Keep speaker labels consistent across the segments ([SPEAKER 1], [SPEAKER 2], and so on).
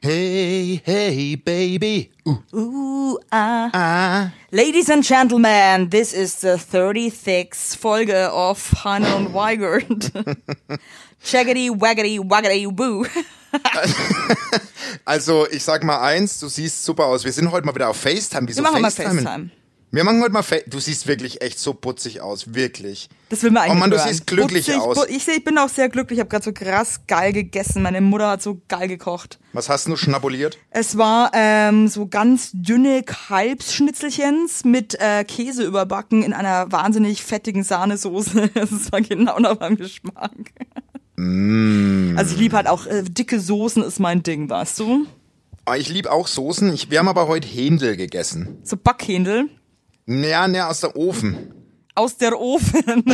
[SPEAKER 1] Hey, hey, baby. Uh,
[SPEAKER 2] Uh, ah.
[SPEAKER 1] ah.
[SPEAKER 2] Ladies and Gentlemen, this is the 36th Folge of Hannah und Weigert. Jaggedy, waggedy, waggedy, boo.
[SPEAKER 1] Also, ich sag mal eins, du siehst super aus. Wir sind heute mal wieder auf FaceTime. Wieso
[SPEAKER 2] Wir machen mal
[SPEAKER 1] FaceTimen?
[SPEAKER 2] FaceTime.
[SPEAKER 1] Wir machen heute mal FaceTime. Du siehst wirklich echt so putzig aus. Wirklich.
[SPEAKER 2] Das will man eigentlich
[SPEAKER 1] Oh Mann, du
[SPEAKER 2] hören.
[SPEAKER 1] siehst glücklich
[SPEAKER 2] Putzig,
[SPEAKER 1] aus.
[SPEAKER 2] pu- Ich, seh, ich bin auch sehr glücklich. Ich habe gerade so krass geil gegessen. Meine Mutter hat so geil gekocht.
[SPEAKER 1] Was hast du schnabuliert?
[SPEAKER 2] Es war ähm, so ganz dünne Kalbsschnitzelchens mit äh, Käse überbacken in einer wahnsinnig fettigen Sahnesoße. Das war genau nach meinem Geschmack.
[SPEAKER 1] Mm.
[SPEAKER 2] Also ich liebe halt auch äh, dicke Soßen ist mein Ding, weißt du?
[SPEAKER 1] Ah, Ich liebe auch Soßen. Ich, wir haben aber heute Händel gegessen.
[SPEAKER 2] So Backhändel
[SPEAKER 1] Ja, ne, aus dem Ofen.
[SPEAKER 2] aus der Ofen.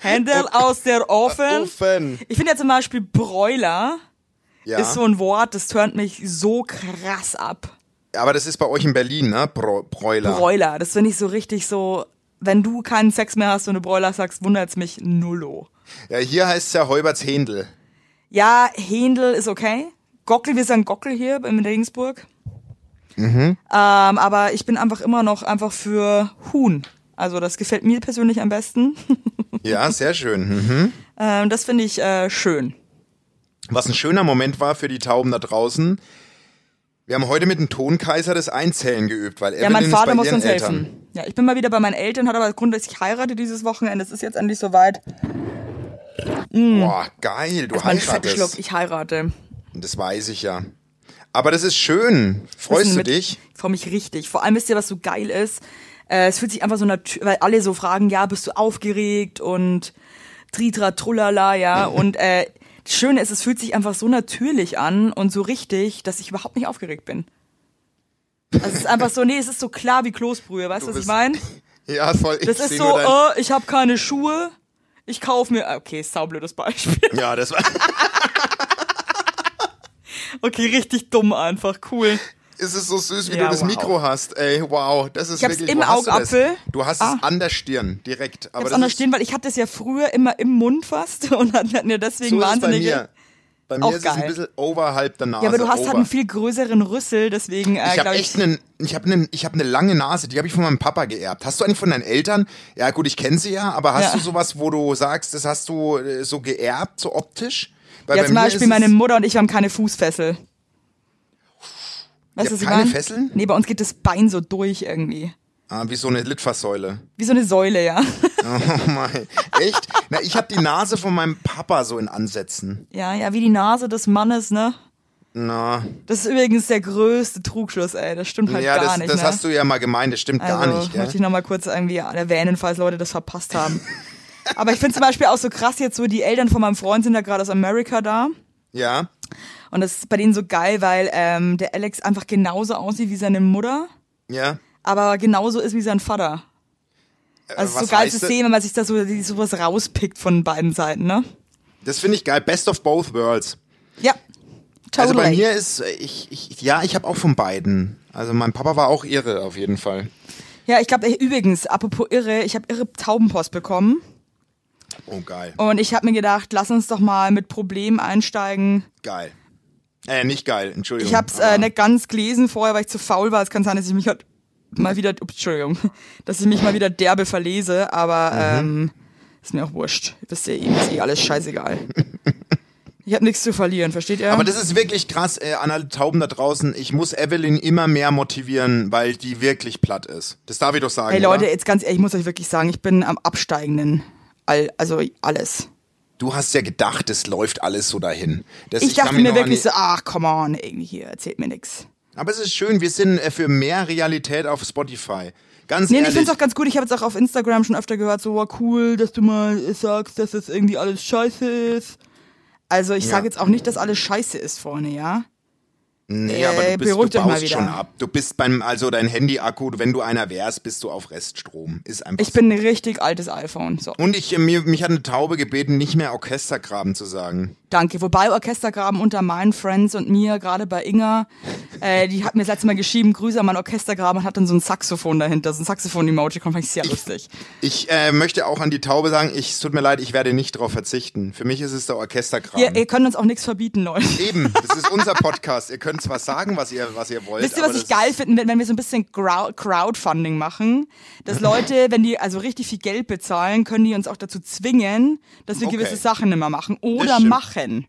[SPEAKER 2] Händel aus der Ofen.
[SPEAKER 1] Ofen.
[SPEAKER 2] Ich finde ja zum Beispiel Broiler
[SPEAKER 1] Ja.
[SPEAKER 2] ist so ein Wort, das turnt mich so krass ab.
[SPEAKER 1] aber das ist bei euch in Berlin, ne? Bro Broiler.
[SPEAKER 2] Broiler. Das finde ich so richtig so, wenn du keinen Sex mehr hast und eine Broiler sagst, wundert's mich nullo.
[SPEAKER 1] ja, hier heißt es ja Heuberts Händel.
[SPEAKER 2] Ja, Händel ist okay. Gockel, wir sagen Gockel hier in Regensburg. Ähm, aber ich bin einfach immer noch einfach für Huhn. Also das gefällt mir persönlich am besten.
[SPEAKER 1] Ja, sehr schön. Mhm.
[SPEAKER 2] ähm, das finde ich äh, schön.
[SPEAKER 1] Was ein schöner Moment war für die Tauben da draußen. Wir haben heute mit dem Tonkaiser das Einzählen geübt, weil
[SPEAKER 2] Ja,
[SPEAKER 1] Evelyn
[SPEAKER 2] mein
[SPEAKER 1] ist bei
[SPEAKER 2] Vater muss
[SPEAKER 1] ihren
[SPEAKER 2] uns
[SPEAKER 1] Eltern.
[SPEAKER 2] helfen. Ja, ich bin mal wieder bei meinen Eltern, hat aber den Grund, dass ich heirate dieses Wochenende. Es ist jetzt endlich soweit. Hm.
[SPEAKER 1] Boah, geil, du
[SPEAKER 2] Mein fetter Schluck,
[SPEAKER 1] heiratest.
[SPEAKER 2] ich heirate.
[SPEAKER 1] Das weiß ich ja. Aber das ist schön. Freust du
[SPEAKER 2] mit-
[SPEAKER 1] dich?
[SPEAKER 2] Ich freue mich richtig. Vor allem wisst ihr, was so geil ist. Äh, es fühlt sich einfach so natürlich, weil alle so fragen, ja, bist du aufgeregt und Tritra Trullala, ja. Und äh, das Schöne ist, es fühlt sich einfach so natürlich an und so richtig, dass ich überhaupt nicht aufgeregt bin. Also es ist einfach so, nee, es ist so klar wie Kloßbrühe, weißt du, was ich
[SPEAKER 1] bist-
[SPEAKER 2] meine?
[SPEAKER 1] Ja, voll. Ich
[SPEAKER 2] Das
[SPEAKER 1] seh
[SPEAKER 2] ist
[SPEAKER 1] nur
[SPEAKER 2] so,
[SPEAKER 1] dein...
[SPEAKER 2] äh, ich habe keine Schuhe, ich kaufe mir, okay, saublödes Beispiel.
[SPEAKER 1] Ja, das war...
[SPEAKER 2] Okay, richtig dumm einfach, cool.
[SPEAKER 1] Es ist so süß, wie
[SPEAKER 2] Ja,
[SPEAKER 1] du das
[SPEAKER 2] wow.
[SPEAKER 1] Mikro hast. Ey, wow, das ist
[SPEAKER 2] Ich hab's
[SPEAKER 1] wirklich...
[SPEAKER 2] im
[SPEAKER 1] wo hast du das?
[SPEAKER 2] Augapfel.
[SPEAKER 1] Du hast
[SPEAKER 2] Ah.
[SPEAKER 1] es an der Stirn, direkt.
[SPEAKER 2] Ich
[SPEAKER 1] Aber
[SPEAKER 2] hab's
[SPEAKER 1] das
[SPEAKER 2] anders
[SPEAKER 1] ist-
[SPEAKER 2] stehen, weil ich hatte es ja früher immer im Mund fast und dann hatten ja deswegen
[SPEAKER 1] so ist es bei
[SPEAKER 2] wahnsinnige.
[SPEAKER 1] mir. Bei mir
[SPEAKER 2] Auch
[SPEAKER 1] ist es
[SPEAKER 2] geil.
[SPEAKER 1] ein bisschen oberhalb der Nase.
[SPEAKER 2] Ja, aber du hast
[SPEAKER 1] over.
[SPEAKER 2] halt einen viel größeren Rüssel, deswegen äh,
[SPEAKER 1] Ich habe
[SPEAKER 2] glaube
[SPEAKER 1] echt
[SPEAKER 2] ich.
[SPEAKER 1] einen, ich habe einen, ich habe eine lange Nase, die habe ich von meinem Papa geerbt. Hast du eigentlich von deinen Eltern? Ja, gut, ich kenne sie ja, aber hast
[SPEAKER 2] Ja.
[SPEAKER 1] du sowas, wo du sagst, das hast du äh, so geerbt, so optisch? Weil
[SPEAKER 2] Ja,
[SPEAKER 1] bei
[SPEAKER 2] zum
[SPEAKER 1] mir
[SPEAKER 2] Beispiel
[SPEAKER 1] ist
[SPEAKER 2] meine
[SPEAKER 1] es-
[SPEAKER 2] Mutter und ich haben keine Fußfessel. Weißt was
[SPEAKER 1] habt
[SPEAKER 2] ich
[SPEAKER 1] keine
[SPEAKER 2] meine?
[SPEAKER 1] Fesseln?
[SPEAKER 2] Nee, bei uns geht das Bein so durch irgendwie.
[SPEAKER 1] ah, wie so eine Litfaßsäule.
[SPEAKER 2] Wie so eine Säule, ja.
[SPEAKER 1] Oh mein, echt? Na, ich habe die Nase von meinem Papa so in Ansätzen.
[SPEAKER 2] Ja, ja, wie die Nase des Mannes, ne?
[SPEAKER 1] Na,
[SPEAKER 2] Das ist übrigens der größte Trugschluss, ey. Das stimmt halt
[SPEAKER 1] ja,
[SPEAKER 2] gar
[SPEAKER 1] das,
[SPEAKER 2] nicht.
[SPEAKER 1] das
[SPEAKER 2] ne?
[SPEAKER 1] hast du ja mal gemeint, das stimmt
[SPEAKER 2] Also,
[SPEAKER 1] gar nicht.
[SPEAKER 2] Möchte
[SPEAKER 1] Gell?
[SPEAKER 2] ich nochmal kurz irgendwie erwähnen, falls Leute das verpasst haben. Aber ich finde zum Beispiel auch so krass jetzt so, die Eltern von meinem Freund sind ja gerade aus Amerika da.
[SPEAKER 1] Ja,
[SPEAKER 2] Und das ist bei denen so geil, weil ähm, der Alex einfach genauso aussieht wie seine Mutter,
[SPEAKER 1] ja.
[SPEAKER 2] aber genauso ist wie sein Vater. Also
[SPEAKER 1] Äh, was
[SPEAKER 2] so geil
[SPEAKER 1] heißt
[SPEAKER 2] zu
[SPEAKER 1] das?
[SPEAKER 2] sehen, wenn man sich da so die- sowas rauspickt von beiden Seiten, ne?
[SPEAKER 1] Das finde ich geil. Best of both worlds.
[SPEAKER 2] Ja.
[SPEAKER 1] Also
[SPEAKER 2] Totally.
[SPEAKER 1] bei mir ist, äh, ich, ich ja, ich habe auch von beiden. Also mein Papa war auch irre auf jeden Fall.
[SPEAKER 2] ja, ich glaube, übrigens, apropos irre, ich habe irre Taubenpost bekommen.
[SPEAKER 1] Oh, geil.
[SPEAKER 2] Und ich habe mir gedacht, lass uns doch mal mit Problemen einsteigen.
[SPEAKER 1] Geil. Äh, nicht geil, Entschuldigung.
[SPEAKER 2] Ich habe es äh,
[SPEAKER 1] Aber-
[SPEAKER 2] nicht ganz gelesen vorher, weil ich zu faul war. Es kann sein, dass ich mich halt mal wieder, ups, Entschuldigung, dass ich mich mal wieder derbe verlese, aber
[SPEAKER 1] Mhm.
[SPEAKER 2] ähm, ist mir auch wurscht. Wisst ihr, ihm ist eh alles scheißegal. Ich habe nichts zu verlieren, versteht ihr?
[SPEAKER 1] Aber das ist wirklich krass, äh, an alle Tauben da draußen. Ich muss Evelyn immer mehr motivieren, weil die wirklich platt ist. Das darf ich doch sagen.
[SPEAKER 2] hey Leute,
[SPEAKER 1] oder?
[SPEAKER 2] jetzt ganz ehrlich, ich muss euch wirklich sagen, ich bin am absteigenden. All, also alles.
[SPEAKER 1] Du hast ja gedacht, es läuft alles so dahin. Das,
[SPEAKER 2] Ich,
[SPEAKER 1] kann
[SPEAKER 2] dachte
[SPEAKER 1] mich
[SPEAKER 2] mir
[SPEAKER 1] noch an
[SPEAKER 2] wirklich
[SPEAKER 1] die-
[SPEAKER 2] so, ach, come on, irgendwie hier, erzählt mir nix.
[SPEAKER 1] Aber es ist schön, wir sind äh, für mehr Realität auf Spotify. Ganz
[SPEAKER 2] Nee, nee, ich
[SPEAKER 1] ehrlich.
[SPEAKER 2] find's auch ganz gut. Ich habe jetzt auch auf Instagram schon öfter gehört, so, wow, cool, dass du mal sagst, dass das irgendwie alles scheiße ist. Also ich
[SPEAKER 1] Ja.
[SPEAKER 2] sag sage jetzt auch nicht, dass alles scheiße ist vorne, ja?
[SPEAKER 1] nee, aber
[SPEAKER 2] Ey,
[SPEAKER 1] du, bist, du
[SPEAKER 2] beruhig dich Äh, mal
[SPEAKER 1] baust
[SPEAKER 2] wieder.
[SPEAKER 1] schon ab. Du bist beim, also dein Handy-Akku, wenn du einer wärst, bist du auf Reststrom. Ist einfach
[SPEAKER 2] Ich bin ein richtig altes iPhone. So.
[SPEAKER 1] Und ich, äh, mir, mich hat eine Taube gebeten, nicht mehr Orchestergraben zu sagen.
[SPEAKER 2] Danke. Wobei Orchestergraben unter meinen Friends und mir, gerade bei Inga, äh, die hat mir das letzte Mal geschrieben, Grüße an meinen Orchestergraben und hat dann so ein Saxophon dahinter, so ein Saxophon-Emoticon, fand ich sehr lustig.
[SPEAKER 1] Ich äh, möchte auch an die Taube sagen, ich, es tut mir leid, ich werde nicht darauf verzichten. Für mich ist es der Orchestergraben.
[SPEAKER 2] Ihr, ihr könnt uns auch nichts verbieten, Leute.
[SPEAKER 1] Eben, das ist unser Podcast. ihr könnt zwar sagen, was ihr, was ihr wollt.
[SPEAKER 2] Wisst ihr, was
[SPEAKER 1] aber
[SPEAKER 2] ich
[SPEAKER 1] das
[SPEAKER 2] geil finden würde, wenn wir so ein bisschen Grau- Crowdfunding machen? Dass Leute, wenn die also richtig viel Geld bezahlen, können die uns auch dazu zwingen, dass wir
[SPEAKER 1] Okay.
[SPEAKER 2] gewisse Sachen immer machen oder
[SPEAKER 1] stimmt.
[SPEAKER 2] machen.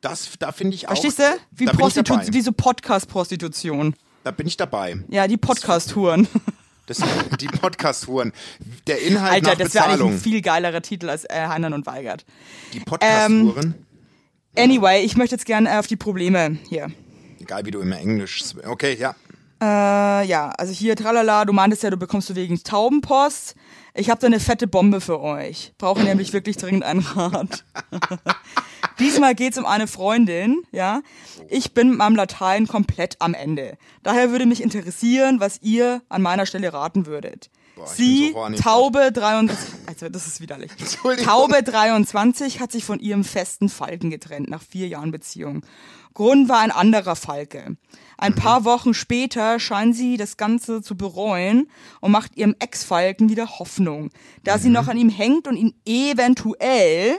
[SPEAKER 1] Das, da finde ich auch.
[SPEAKER 2] Verstehst du? Wie
[SPEAKER 1] da bin ich dabei.
[SPEAKER 2] Prostitution, wie so Podcast-Prostitution.
[SPEAKER 1] Da bin ich dabei.
[SPEAKER 2] Ja, die Podcast-Touren.
[SPEAKER 1] Das, die Podcast-Huren. Der Inhalt
[SPEAKER 2] Alter,
[SPEAKER 1] Halt nach
[SPEAKER 2] das wäre eigentlich
[SPEAKER 1] Bezahlung.
[SPEAKER 2] ein viel geilerer Titel als äh, Heinern und Weigert.
[SPEAKER 1] Die Podcast-Huren.
[SPEAKER 2] Anyway, ich möchte jetzt gerne äh, auf die Probleme hier.
[SPEAKER 1] Egal, wie du immer Englisch. Okay, ja.
[SPEAKER 2] Äh, ja, also hier, tralala, du meintest ja, du bekommst du wegen Taubenpost. Ich habe da eine fette Bombe für euch. Brauche nämlich wirklich dringend einen Rat. Diesmal geht's um eine Freundin, ja. Ich bin mit meinem Latein komplett am Ende. Daher würde mich interessieren, was ihr an meiner Stelle raten würdet.
[SPEAKER 1] Boah, ich bin
[SPEAKER 2] Sie,
[SPEAKER 1] so horny.
[SPEAKER 2] Taube 23, also das ist widerlich.
[SPEAKER 1] Entschuldigung.
[SPEAKER 2] Taube 23 hat sich von ihrem festen Falken getrennt nach vier Jahren Beziehung. Grund war ein anderer Falke. Ein paar Wochen später scheint sie das Ganze zu bereuen und macht ihrem Ex-Falken wieder Hoffnung, da sie noch an ihm hängt und ihn eventuell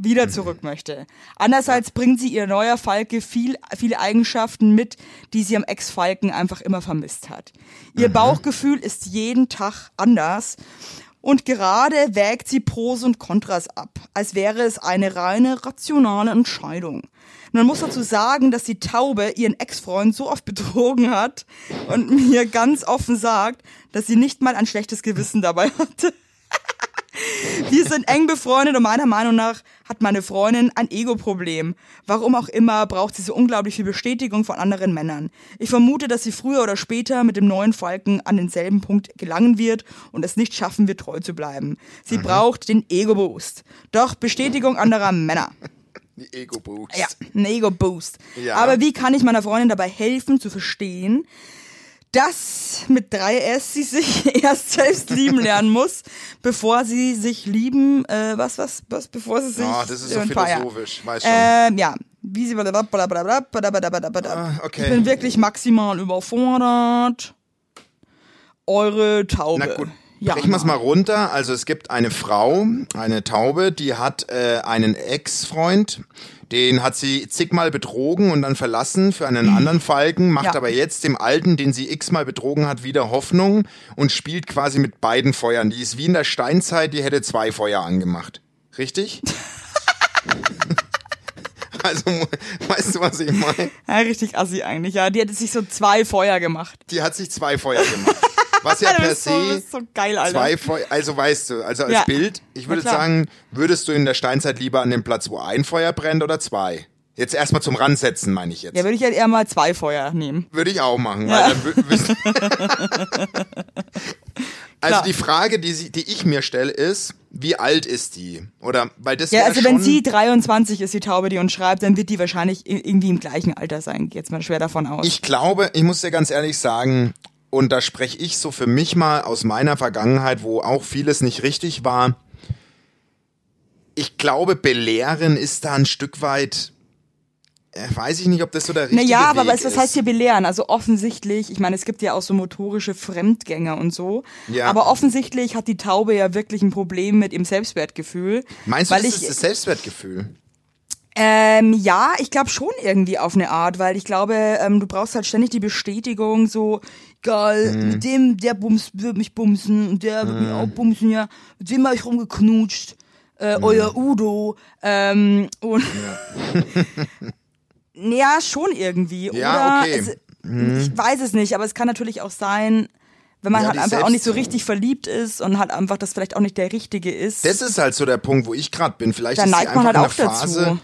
[SPEAKER 2] wieder zurück möchte. Andererseits bringt sie ihr neuer Falke viel, viele Eigenschaften mit, die sie am Ex-Falken einfach immer vermisst hat. Ihr Bauchgefühl ist jeden Tag anders und gerade wägt sie Pros und Kontras ab, als wäre es eine reine rationale Entscheidung. Man muss dazu sagen, dass die Taube ihren Ex-Freund so oft betrogen hat und mir ganz offen sagt, dass sie nicht mal ein schlechtes Gewissen dabei hatte. Wir sind eng befreundet und meiner Meinung nach hat meine Freundin ein Ego-Problem. Warum auch immer braucht sie so unglaublich viel Bestätigung von anderen Männern. Ich vermute, dass sie früher oder später mit dem neuen Falken an denselben Punkt gelangen wird und es nicht schaffen wird, treu zu bleiben. Sie braucht den Ego-Boost. Doch Bestätigung anderer Männer.
[SPEAKER 1] Die Ego-Boost.
[SPEAKER 2] Ja, ein Ego-Boost.
[SPEAKER 1] Ja.
[SPEAKER 2] Aber wie kann ich meiner Freundin dabei helfen zu verstehen, dass mit 3S sie sich erst selbst lieben lernen muss, bevor sie sich lieben, äh, was, was, was, bevor sie sich...
[SPEAKER 1] Ah, das ist so
[SPEAKER 2] ein paar- ja.
[SPEAKER 1] philosophisch, weiß schon.
[SPEAKER 2] Ähm, ja, wie sie... Ah,
[SPEAKER 1] Ah, okay.
[SPEAKER 2] Ich bin wirklich maximal überfordert. Eure Taube.
[SPEAKER 1] Na gut.
[SPEAKER 2] Äh, Ja, genau.
[SPEAKER 1] Brechen wir es mal runter. Also es gibt eine Frau, eine Taube, die hat äh, einen Ex-Freund, den hat sie zigmal betrogen und dann verlassen für einen anderen Falken, macht
[SPEAKER 2] Mhm. Ja.
[SPEAKER 1] aber jetzt dem alten, den sie x-mal betrogen hat, wieder Hoffnung und spielt quasi mit beiden Feuern. Die ist wie in der Steinzeit, die hätte zwei Feuer angemacht. Richtig? also, weißt du, was ich meine?
[SPEAKER 2] ja, richtig assi eigentlich, ja. Die hätte sich so zwei Feuer gemacht.
[SPEAKER 1] Die hat sich zwei Feuer gemacht. Was ja
[SPEAKER 2] Alter,
[SPEAKER 1] per
[SPEAKER 2] das ist so, das
[SPEAKER 1] se
[SPEAKER 2] ist so geil, Alter.
[SPEAKER 1] Zwei Feu also weißt du, also als
[SPEAKER 2] Ja.
[SPEAKER 1] Bild, ich würde
[SPEAKER 2] Na klar.
[SPEAKER 1] sagen, würdest du in der Steinzeit lieber an dem Platz, wo ein Feuer brennt oder zwei? Jetzt erstmal zum Ransetzen, meine ich jetzt.
[SPEAKER 2] Ja, würde ich halt eher mal zwei Feuer nehmen.
[SPEAKER 1] würde ich auch machen.
[SPEAKER 2] Ja.
[SPEAKER 1] Weil dann wü- wüsste- also
[SPEAKER 2] Klar.
[SPEAKER 1] die Frage, die, sie, die ich mir stelle, ist, wie alt ist die? Oder, weil das
[SPEAKER 2] Ja,
[SPEAKER 1] wäre
[SPEAKER 2] also
[SPEAKER 1] schon,
[SPEAKER 2] wenn sie 23 ist, die Taube, die uns schreibt, dann wird die wahrscheinlich i- irgendwie im gleichen Alter sein. Geht's mal schwer davon aus.
[SPEAKER 1] Ich glaube, ich muss dir ganz ehrlich sagen, und da spreche ich so für mich mal aus meiner Vergangenheit, wo auch vieles nicht richtig war. Ich glaube, belehren ist da ein Stück weit. äh, Weiß ich nicht, ob das so der richtige
[SPEAKER 2] naja,
[SPEAKER 1] Weg
[SPEAKER 2] aber was, was
[SPEAKER 1] ist.
[SPEAKER 2] heißt hier belehren? Also offensichtlich, ich meine, es gibt ja auch so motorische Fremdgänger und so.
[SPEAKER 1] Ja.
[SPEAKER 2] Aber offensichtlich hat die Taube ja wirklich ein Problem mit ihrem Selbstwertgefühl.
[SPEAKER 1] Meinst du,
[SPEAKER 2] weil
[SPEAKER 1] das
[SPEAKER 2] ich,
[SPEAKER 1] ist das Selbstwertgefühl?
[SPEAKER 2] Ähm, ja, ich glaube schon irgendwie auf eine Art, weil ich glaube, ähm, du brauchst halt ständig die Bestätigung, so, geil,
[SPEAKER 1] Mhm.
[SPEAKER 2] mit dem, der bums, wird mich bumsen, und der wird mich auch bumsen, ja, mit dem hab ich rumgeknutscht, äh,
[SPEAKER 1] Mhm.
[SPEAKER 2] euer Udo, ähm, und. Ja, schon irgendwie,
[SPEAKER 1] Ja,
[SPEAKER 2] oder?
[SPEAKER 1] okay. Mhm.
[SPEAKER 2] Es, Ich weiß es nicht, aber es kann natürlich auch sein, wenn man
[SPEAKER 1] Ja,
[SPEAKER 2] halt
[SPEAKER 1] die
[SPEAKER 2] einfach auch
[SPEAKER 1] Selbst-
[SPEAKER 2] nicht so richtig verliebt ist und halt einfach das vielleicht auch nicht der Richtige ist.
[SPEAKER 1] Das ist halt so der Punkt, wo ich gerade bin. Vielleicht
[SPEAKER 2] Da
[SPEAKER 1] ist sie
[SPEAKER 2] neigt man
[SPEAKER 1] einfach
[SPEAKER 2] halt
[SPEAKER 1] in einer
[SPEAKER 2] auch
[SPEAKER 1] Phase,
[SPEAKER 2] dazu.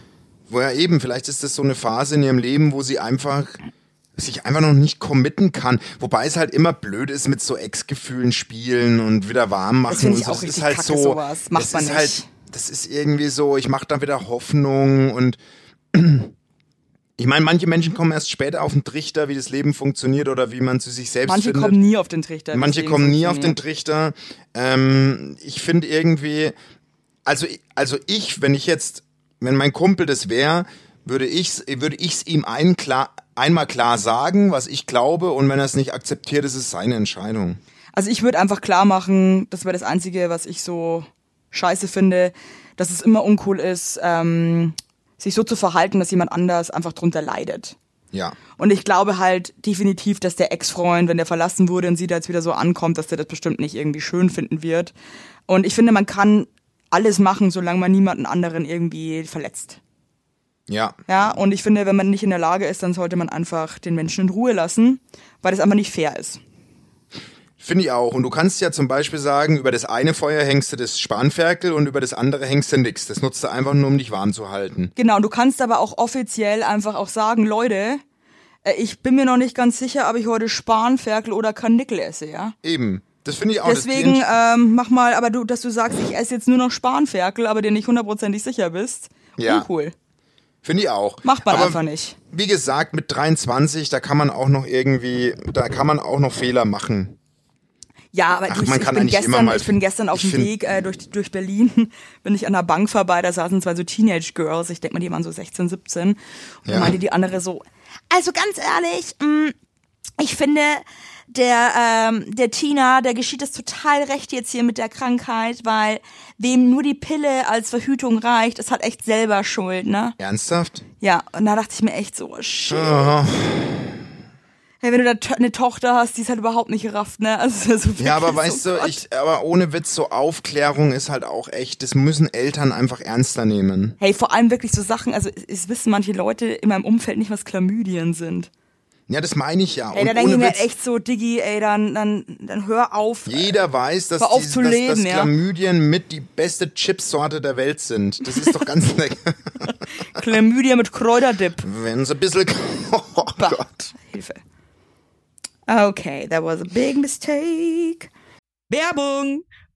[SPEAKER 1] wo ja eben, vielleicht ist das so eine Phase in ihrem Leben, wo sie einfach sich einfach noch nicht committen kann. Wobei es halt immer blöd ist mit so Ex-Gefühlen spielen und wieder warm machen.
[SPEAKER 2] finde ich
[SPEAKER 1] und so.
[SPEAKER 2] auch
[SPEAKER 1] Das
[SPEAKER 2] richtig
[SPEAKER 1] ist halt
[SPEAKER 2] kacke,
[SPEAKER 1] so,
[SPEAKER 2] sowas. Macht
[SPEAKER 1] das
[SPEAKER 2] man
[SPEAKER 1] ist
[SPEAKER 2] nicht.
[SPEAKER 1] Halt, das ist irgendwie so, ich mache dann wieder Hoffnung und ich meine, manche Menschen kommen erst später auf den Trichter, wie das Leben funktioniert oder wie man zu sich selbst
[SPEAKER 2] Manche
[SPEAKER 1] findet.
[SPEAKER 2] kommen nie auf den Trichter.
[SPEAKER 1] Manche
[SPEAKER 2] deswegen
[SPEAKER 1] kommen nie auf den
[SPEAKER 2] funktioniert.
[SPEAKER 1] Trichter. Ähm, ich finde irgendwie, also, also ich, wenn ich jetzt wenn mein Kumpel das wäre, würde ich würde ich's ihm ein klar, einmal klar sagen, was ich glaube und wenn er es nicht akzeptiert, ist es seine Entscheidung.
[SPEAKER 2] Also ich würde einfach klar machen, das wäre das Einzige, was ich so scheiße finde, dass es immer uncool ist, ähm, sich so zu verhalten, dass jemand anders einfach drunter leidet.
[SPEAKER 1] Ja.
[SPEAKER 2] Und ich glaube halt definitiv, dass der Ex-Freund, wenn der verlassen wurde und sie da jetzt wieder so ankommt, dass der das bestimmt nicht irgendwie schön finden wird. Und ich finde, man kann alles machen, solange man niemanden anderen irgendwie verletzt.
[SPEAKER 1] Ja.
[SPEAKER 2] Ja, und ich finde, wenn man nicht in der Lage ist, dann sollte man einfach den Menschen in Ruhe lassen, weil das einfach nicht fair ist.
[SPEAKER 1] Finde ich auch. Und du kannst ja zum Beispiel sagen, über das eine Feuer hängst du das Spanferkel und über das andere hängst du nix. Das nutzt du einfach nur, um dich warm zu halten.
[SPEAKER 2] Genau, und du kannst aber auch offiziell einfach auch sagen, Leute, äh, ich bin mir noch nicht ganz sicher, ob ich heute Spanferkel oder Karnickel esse, ja?
[SPEAKER 1] Eben. Das finde ich auch. Oh, das- die
[SPEAKER 2] Deswegen
[SPEAKER 1] Entsch-
[SPEAKER 2] ähm, mach mal, aber du, dass du sagst, ich esse jetzt nur noch Spanferkel, aber dir nicht hundertprozentig sicher bist,
[SPEAKER 1] Ja.
[SPEAKER 2] uncool.
[SPEAKER 1] finde ich auch.
[SPEAKER 2] Macht man
[SPEAKER 1] Aber
[SPEAKER 2] einfach nicht.
[SPEAKER 1] Wie gesagt, mit 23, da kann man auch noch irgendwie, da kann man auch noch Fehler machen.
[SPEAKER 2] Ja, aber
[SPEAKER 1] Ach,
[SPEAKER 2] du,
[SPEAKER 1] man
[SPEAKER 2] ich,
[SPEAKER 1] kann
[SPEAKER 2] bin
[SPEAKER 1] eigentlich immer
[SPEAKER 2] gestern,
[SPEAKER 1] mal-
[SPEAKER 2] ich bin gestern auf
[SPEAKER 1] ich
[SPEAKER 2] dem
[SPEAKER 1] find-
[SPEAKER 2] Weg äh, durch, durch Berlin, bin ich an der Bank vorbei, da saßen zwei so Teenage-Girls, ich denke mal, die waren so 16, 17. Und
[SPEAKER 1] Ja.
[SPEAKER 2] dann meinte die andere so, also ganz ehrlich, mh, ich finde, der, ähm, der Tina, der geschieht das total recht jetzt hier mit der Krankheit, weil wem nur die Pille als Verhütung reicht, ist halt echt selber schuld, ne?
[SPEAKER 1] Ernsthaft?
[SPEAKER 2] Ja, und da dachte ich mir echt so, oh, shit.
[SPEAKER 1] Oh.
[SPEAKER 2] Hey, wenn du da to eine Tochter hast, die ist halt überhaupt nicht gerafft, ne? Also, das ist so
[SPEAKER 1] Ja, aber
[SPEAKER 2] wirklich
[SPEAKER 1] weißt
[SPEAKER 2] so,
[SPEAKER 1] du,
[SPEAKER 2] Gott.
[SPEAKER 1] ich, aber ohne Witz, so Aufklärung ist halt auch echt, das müssen Eltern einfach ernster nehmen.
[SPEAKER 2] Hey, vor allem wirklich so Sachen, also es- es wissen manche Leute in meinem Umfeld nicht, was Chlamydien sind.
[SPEAKER 1] Ja, das meine ich ja.
[SPEAKER 2] Ey, da
[SPEAKER 1] Und
[SPEAKER 2] denke ich
[SPEAKER 1] ohne
[SPEAKER 2] mir
[SPEAKER 1] Witz,
[SPEAKER 2] halt echt so, Diggi, ey, dann, dann, dann hör auf. äh,
[SPEAKER 1] jeder weiß, dass,
[SPEAKER 2] Hör auf
[SPEAKER 1] die,
[SPEAKER 2] zu
[SPEAKER 1] dass, dass
[SPEAKER 2] leben, ja.
[SPEAKER 1] Chlamydien mit die beste Chipsorte der Welt sind. Das ist doch ganz lecker.
[SPEAKER 2] Chlamydien mit Kräuterdip.
[SPEAKER 1] Wenn sie ein bisschen. Oh
[SPEAKER 2] Bah.
[SPEAKER 1] Gott.
[SPEAKER 2] Hilfe. Okay, that was a big mistake. Werbung!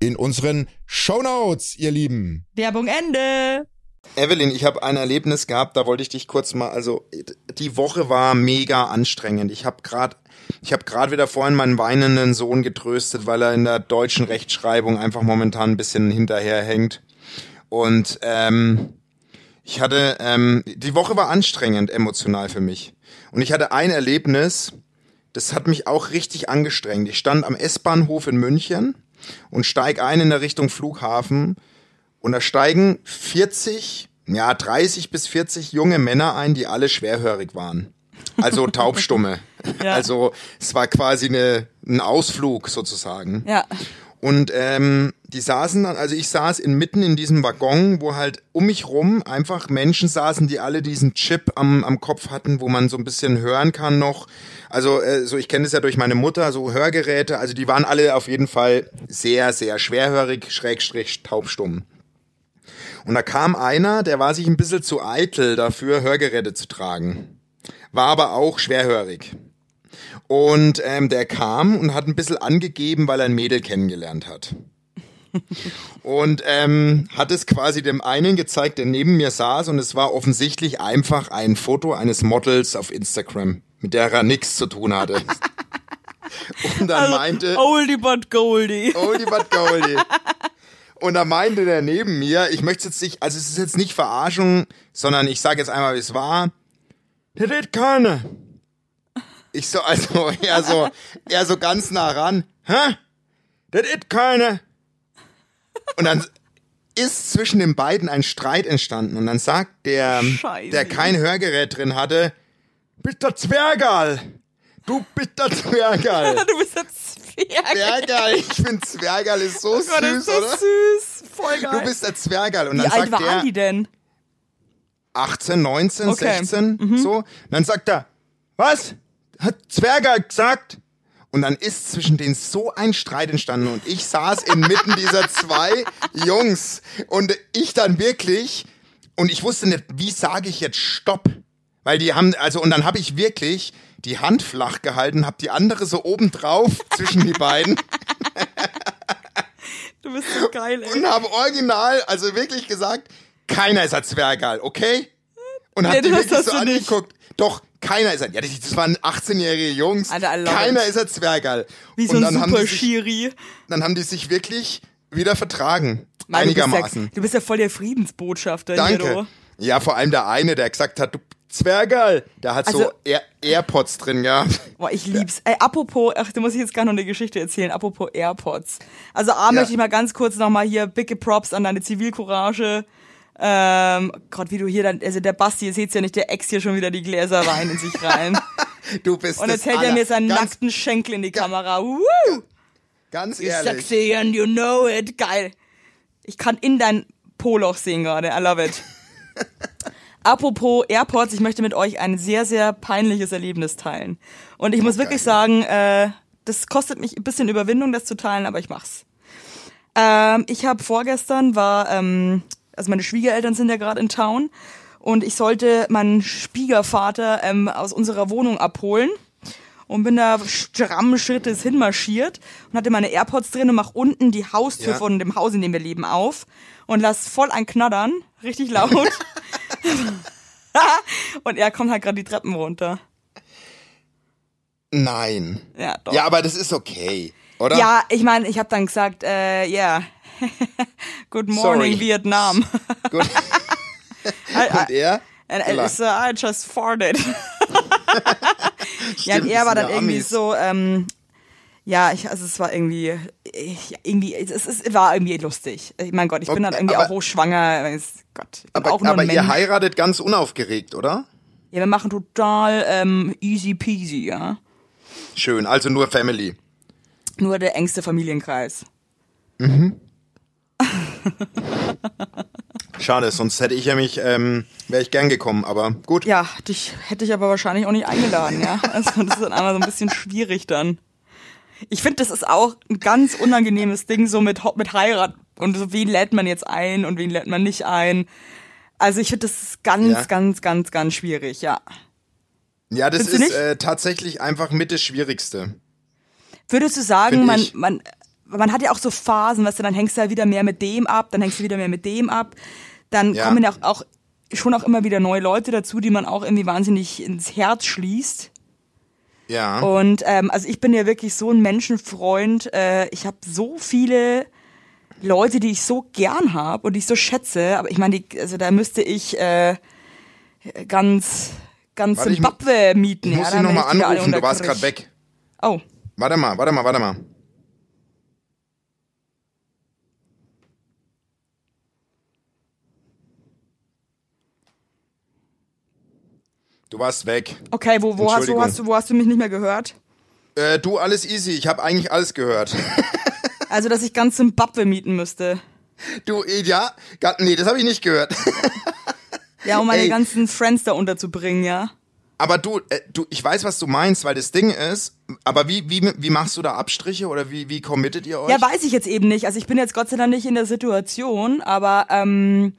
[SPEAKER 3] in unseren Shownotes, ihr Lieben.
[SPEAKER 2] Werbung Ende!
[SPEAKER 1] Evelyn, ich habe ein Erlebnis gehabt, da wollte ich dich kurz mal, also die Woche war mega anstrengend. Ich habe gerade ich habe gerade wieder vorhin meinen weinenden Sohn getröstet, weil er in der deutschen Rechtschreibung einfach momentan ein bisschen hinterherhängt. Und ähm, ich hatte ähm, die Woche war anstrengend emotional für mich. Und ich hatte ein Erlebnis, das hat mich auch richtig angestrengt. Ich stand am S-Bahnhof in München und steig ein in der Richtung Flughafen und da steigen 40, ja, 30 bis 40 junge Männer ein, die alle schwerhörig waren. Also taubstumme.
[SPEAKER 2] Ja.
[SPEAKER 1] Also es war quasi eine, ein Ausflug sozusagen.
[SPEAKER 2] Ja,
[SPEAKER 1] Und ähm, die saßen dann, also ich saß inmitten in diesem Waggon, wo halt um mich rum einfach Menschen saßen, die alle diesen Chip am, am Kopf hatten, wo man so ein bisschen hören kann noch. Also äh, so, ich kenne es ja durch meine Mutter, so Hörgeräte, also die waren alle auf jeden Fall sehr, sehr schwerhörig, schrägstrich taubstumm. Und da kam einer, der war sich ein bisschen zu eitel dafür, Hörgeräte zu tragen. War aber auch schwerhörig. Und ähm, der kam und hat ein bisschen angegeben, weil er ein Mädel kennengelernt hat. Und ähm, hat es quasi dem einen gezeigt, der neben mir saß, und es war offensichtlich einfach ein Foto eines Models auf Instagram, mit der er nichts zu tun hatte. Und dann
[SPEAKER 2] Also,
[SPEAKER 1] meinte,
[SPEAKER 2] Oldie but
[SPEAKER 3] Oh.
[SPEAKER 2] Goldie.
[SPEAKER 1] Oldie but Goldie. Und da meinte der neben mir, ich möchte jetzt nicht, also es ist jetzt nicht Verarschung, sondern ich sage jetzt einmal, wie es war. Der redet keiner. Ich so, also er so, er so ganz nah ran. Hä? Der redet keiner. Und dann ist zwischen den beiden ein Streit entstanden. Und dann sagt der,
[SPEAKER 2] Scheiße.
[SPEAKER 1] der kein Hörgerät drin hatte, bist der Zwergal. Du bist der Zwergal.
[SPEAKER 2] Du bist ein Zwerg.
[SPEAKER 1] Zwergal, ich finde Zwergal ist so
[SPEAKER 2] Oh Gott,
[SPEAKER 1] süß,
[SPEAKER 2] ist das
[SPEAKER 1] oder?
[SPEAKER 2] süß. Voll geil.
[SPEAKER 1] Du bist der Zwergal. Und
[SPEAKER 2] Wie
[SPEAKER 1] dann
[SPEAKER 2] alt
[SPEAKER 1] sagt
[SPEAKER 2] war
[SPEAKER 1] der
[SPEAKER 2] Andi denn?
[SPEAKER 1] 18, 19,
[SPEAKER 2] Okay. Mhm.
[SPEAKER 1] 16, so. Und dann sagt er, was? Hat Zwergal gesagt? Und dann ist zwischen denen so ein Streit entstanden und ich saß inmitten dieser zwei Jungs und ich dann wirklich und ich wusste nicht, wie sage ich jetzt Stopp? Weil die haben, also und dann habe ich wirklich die Hand flach gehalten, habe die andere so oben drauf zwischen die beiden
[SPEAKER 2] Du bist so geil, ey.
[SPEAKER 1] und habe original, also wirklich gesagt, keiner ist ein Zwergal, okay? Und hab
[SPEAKER 2] Nee,
[SPEAKER 1] die
[SPEAKER 2] das
[SPEAKER 1] wirklich
[SPEAKER 2] hast
[SPEAKER 1] so
[SPEAKER 2] du nicht.
[SPEAKER 1] angeguckt. Doch, keiner ist ein, ja, das das waren 18-jährige Jungs.
[SPEAKER 2] Alter, I love
[SPEAKER 1] keiner
[SPEAKER 2] it.
[SPEAKER 1] ist ein Zwergal.
[SPEAKER 2] Wie so
[SPEAKER 1] und
[SPEAKER 2] ein
[SPEAKER 1] dann haben,
[SPEAKER 2] super
[SPEAKER 1] die sich,
[SPEAKER 2] Schiri.
[SPEAKER 1] dann haben die sich wirklich wieder vertragen.
[SPEAKER 2] Mann, du bist ja-
[SPEAKER 1] einigermaßen.
[SPEAKER 2] Du bist ja voll der Friedensbotschafter,
[SPEAKER 1] Danke.
[SPEAKER 2] Jedo.
[SPEAKER 1] Ja, vor allem der eine, der gesagt hat, du Zwergal, der hat so
[SPEAKER 2] Also-
[SPEAKER 1] Air AirPods drin gehabt.
[SPEAKER 2] Boah, ich lieb's. Ey, apropos, ach, da muss ich jetzt gar noch eine Geschichte erzählen. Apropos AirPods. Also A, möchte ich mal ganz kurz nochmal hier big Props an deine Zivilcourage. Ähm, Gott, wie du hier dann, also der Basti, ihr seht's ja nicht, der Ex hier schon wieder die Gläser Wein in sich rein.
[SPEAKER 1] Du bist
[SPEAKER 2] Und
[SPEAKER 1] das
[SPEAKER 2] jetzt hält er
[SPEAKER 1] aller-
[SPEAKER 2] mir seinen
[SPEAKER 1] ganz,
[SPEAKER 2] nackten Schenkel in die Kamera. Woo!
[SPEAKER 1] ganz
[SPEAKER 2] You're
[SPEAKER 1] ehrlich.
[SPEAKER 2] sexy and you know it. Geil. Ich kann in dein Poloch sehen gerade. I love it. Apropos Airports, ich möchte mit euch ein sehr, sehr peinliches Erlebnis teilen. Und ich muss wirklich sagen, äh, das kostet mich ein bisschen Überwindung, das zu teilen, aber ich mach's. Ähm, ich habe vorgestern war, ähm, also meine Schwiegereltern sind ja gerade in Town und ich sollte meinen Schwiegervater ähm, aus unserer Wohnung abholen und bin da strammen Schrittes hinmarschiert und hatte meine AirPods drin und mach unten die Haustür
[SPEAKER 1] Ja.
[SPEAKER 2] von dem Haus, in dem wir leben, auf und lass voll ein Knattern, richtig laut. und er kommt halt gerade die Treppen runter.
[SPEAKER 1] Nein.
[SPEAKER 2] Ja, doch.
[SPEAKER 1] Ja, aber das ist okay, oder?
[SPEAKER 2] Ja, ich meine, ich habe dann gesagt, äh, ja, good morning
[SPEAKER 1] Sorry.
[SPEAKER 2] Vietnam.
[SPEAKER 1] Gut. Und er?
[SPEAKER 2] And I,
[SPEAKER 1] Klar.
[SPEAKER 2] so I just farted. ja, und
[SPEAKER 1] Stimmt,
[SPEAKER 2] er war
[SPEAKER 1] das
[SPEAKER 2] dann
[SPEAKER 1] sind ja
[SPEAKER 2] irgendwie
[SPEAKER 1] Amis.
[SPEAKER 2] so, ähm, ja, ich, also es war irgendwie, ich, irgendwie, es, es, es war irgendwie lustig. Ich, mein Gott, ich bin
[SPEAKER 1] Okay,
[SPEAKER 2] dann irgendwie
[SPEAKER 1] aber-
[SPEAKER 2] auch hochschwanger. Weiß Gott, ich bin
[SPEAKER 1] Aber,
[SPEAKER 2] auch nur
[SPEAKER 1] aber
[SPEAKER 2] ein
[SPEAKER 1] ihr
[SPEAKER 2] Mensch.
[SPEAKER 1] heiratet ganz unaufgeregt, oder?
[SPEAKER 2] Ja, wir machen total ähm, easy peasy, ja.
[SPEAKER 1] Schön, also nur Family.
[SPEAKER 2] Nur der engste Familienkreis.
[SPEAKER 1] Schade, sonst hätte ich ja mich, ähm, wäre ich gern gekommen, aber gut.
[SPEAKER 2] Ja, dich hätte ich aber wahrscheinlich auch nicht eingeladen, ja. Also das ist dann einmal so ein bisschen schwierig dann. Ich finde, das ist auch ein ganz unangenehmes Ding, so mit, Ho- mit Heirat und so, wen lädt man jetzt ein und wen lädt man nicht ein. Also ich finde, das ist ganz,
[SPEAKER 1] Ja.
[SPEAKER 2] ganz, ganz, ganz schwierig, ja.
[SPEAKER 1] Ja, das
[SPEAKER 2] Findest du
[SPEAKER 1] ist
[SPEAKER 2] nicht?
[SPEAKER 1] äh, tatsächlich einfach mit das Schwierigste.
[SPEAKER 2] Würdest du sagen,
[SPEAKER 1] Find
[SPEAKER 2] man,
[SPEAKER 1] ich.
[SPEAKER 2] man, man hat ja auch so Phasen, weißt du, dann hängst du ja wieder mehr mit dem ab, dann hängst du wieder mehr mit dem ab, dann
[SPEAKER 1] Ja.
[SPEAKER 2] kommen ja auch, auch schon auch immer wieder neue Leute dazu, die man auch irgendwie wahnsinnig ins Herz schließt.
[SPEAKER 1] Ja.
[SPEAKER 2] Und ähm, also ich bin ja wirklich so ein Menschenfreund. Äh, ich habe so viele Leute, die ich so gern habe und die ich so schätze. Aber ich meine, die- also da müsste ich äh, ganz ganz
[SPEAKER 1] Warte, ich mu-
[SPEAKER 2] Zimbabwe mieten.
[SPEAKER 1] ich muss
[SPEAKER 2] ja,
[SPEAKER 1] dich
[SPEAKER 2] dann
[SPEAKER 1] nochmal
[SPEAKER 2] bin ich wieder alle
[SPEAKER 1] anrufen, du warst
[SPEAKER 2] unterkriegt.
[SPEAKER 1] gerade
[SPEAKER 2] Oh,
[SPEAKER 1] weg. Warte mal, warte mal, warte mal. Du warst weg.
[SPEAKER 2] okay. Wo, wo, hast, wo,
[SPEAKER 1] Entschuldigung.
[SPEAKER 2] hast du, wo hast du mich nicht mehr gehört?
[SPEAKER 1] Äh, du, alles easy. Ich habe eigentlich alles gehört.
[SPEAKER 2] Also, dass ich ganz Zimbabwe mieten müsste.
[SPEAKER 1] Du, äh, ja? Ga- Nee, das habe ich nicht gehört.
[SPEAKER 2] Ja, um meine
[SPEAKER 1] Ey.
[SPEAKER 2] ganzen Friends da unterzubringen, ja.
[SPEAKER 1] Aber du, äh, du, ich weiß, was du meinst, weil das Ding ist, aber wie, wie, wie machst du da Abstriche oder wie, wie committet ihr euch?
[SPEAKER 2] Ja, weiß ich jetzt eben nicht. Also ich bin jetzt Gott sei Dank nicht in der Situation, aber ähm,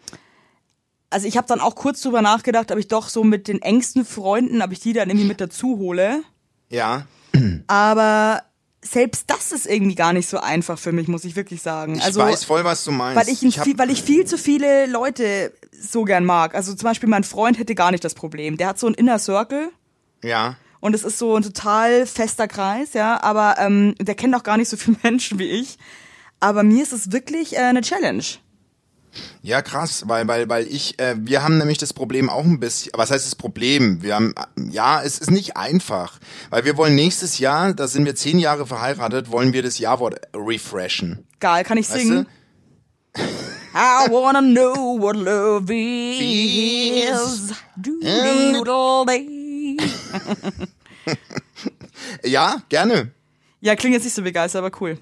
[SPEAKER 2] also ich habe dann auch kurz drüber nachgedacht, ob ich doch so mit den engsten Freunden, ob ich die dann irgendwie mit dazu hole.
[SPEAKER 1] ja.
[SPEAKER 2] Aber selbst das ist irgendwie gar nicht so einfach für mich, muss ich wirklich sagen.
[SPEAKER 1] Ich
[SPEAKER 2] also
[SPEAKER 1] weiß voll, was du meinst.
[SPEAKER 2] weil ich, ein
[SPEAKER 1] hab-
[SPEAKER 2] viel, weil ich viel zu viele Leute so gern mag. Also zum Beispiel mein Freund hätte gar nicht das Problem. Der hat so einen Inner Circle
[SPEAKER 1] ja.
[SPEAKER 2] Und es ist so ein total fester Kreis, ja. Aber ähm, der kennt auch gar nicht so viele Menschen wie ich. Aber mir ist es wirklich äh, eine Challenge.
[SPEAKER 1] Ja, krass, weil, weil, weil ich, äh, wir haben nämlich das Problem auch ein bisschen, was heißt das Problem? Wir haben, ja, es ist nicht einfach, weil wir wollen nächstes Jahr, da sind wir zehn Jahre verheiratet, wollen wir das Jahrwort refreshen.
[SPEAKER 2] Geil, kann ich
[SPEAKER 1] Weißt
[SPEAKER 2] singen?
[SPEAKER 1] du?
[SPEAKER 2] I wanna know what love is. Doodle-doodle-day.
[SPEAKER 1] Ja, gerne.
[SPEAKER 2] Ja, klingt jetzt nicht so begeistert, aber cool.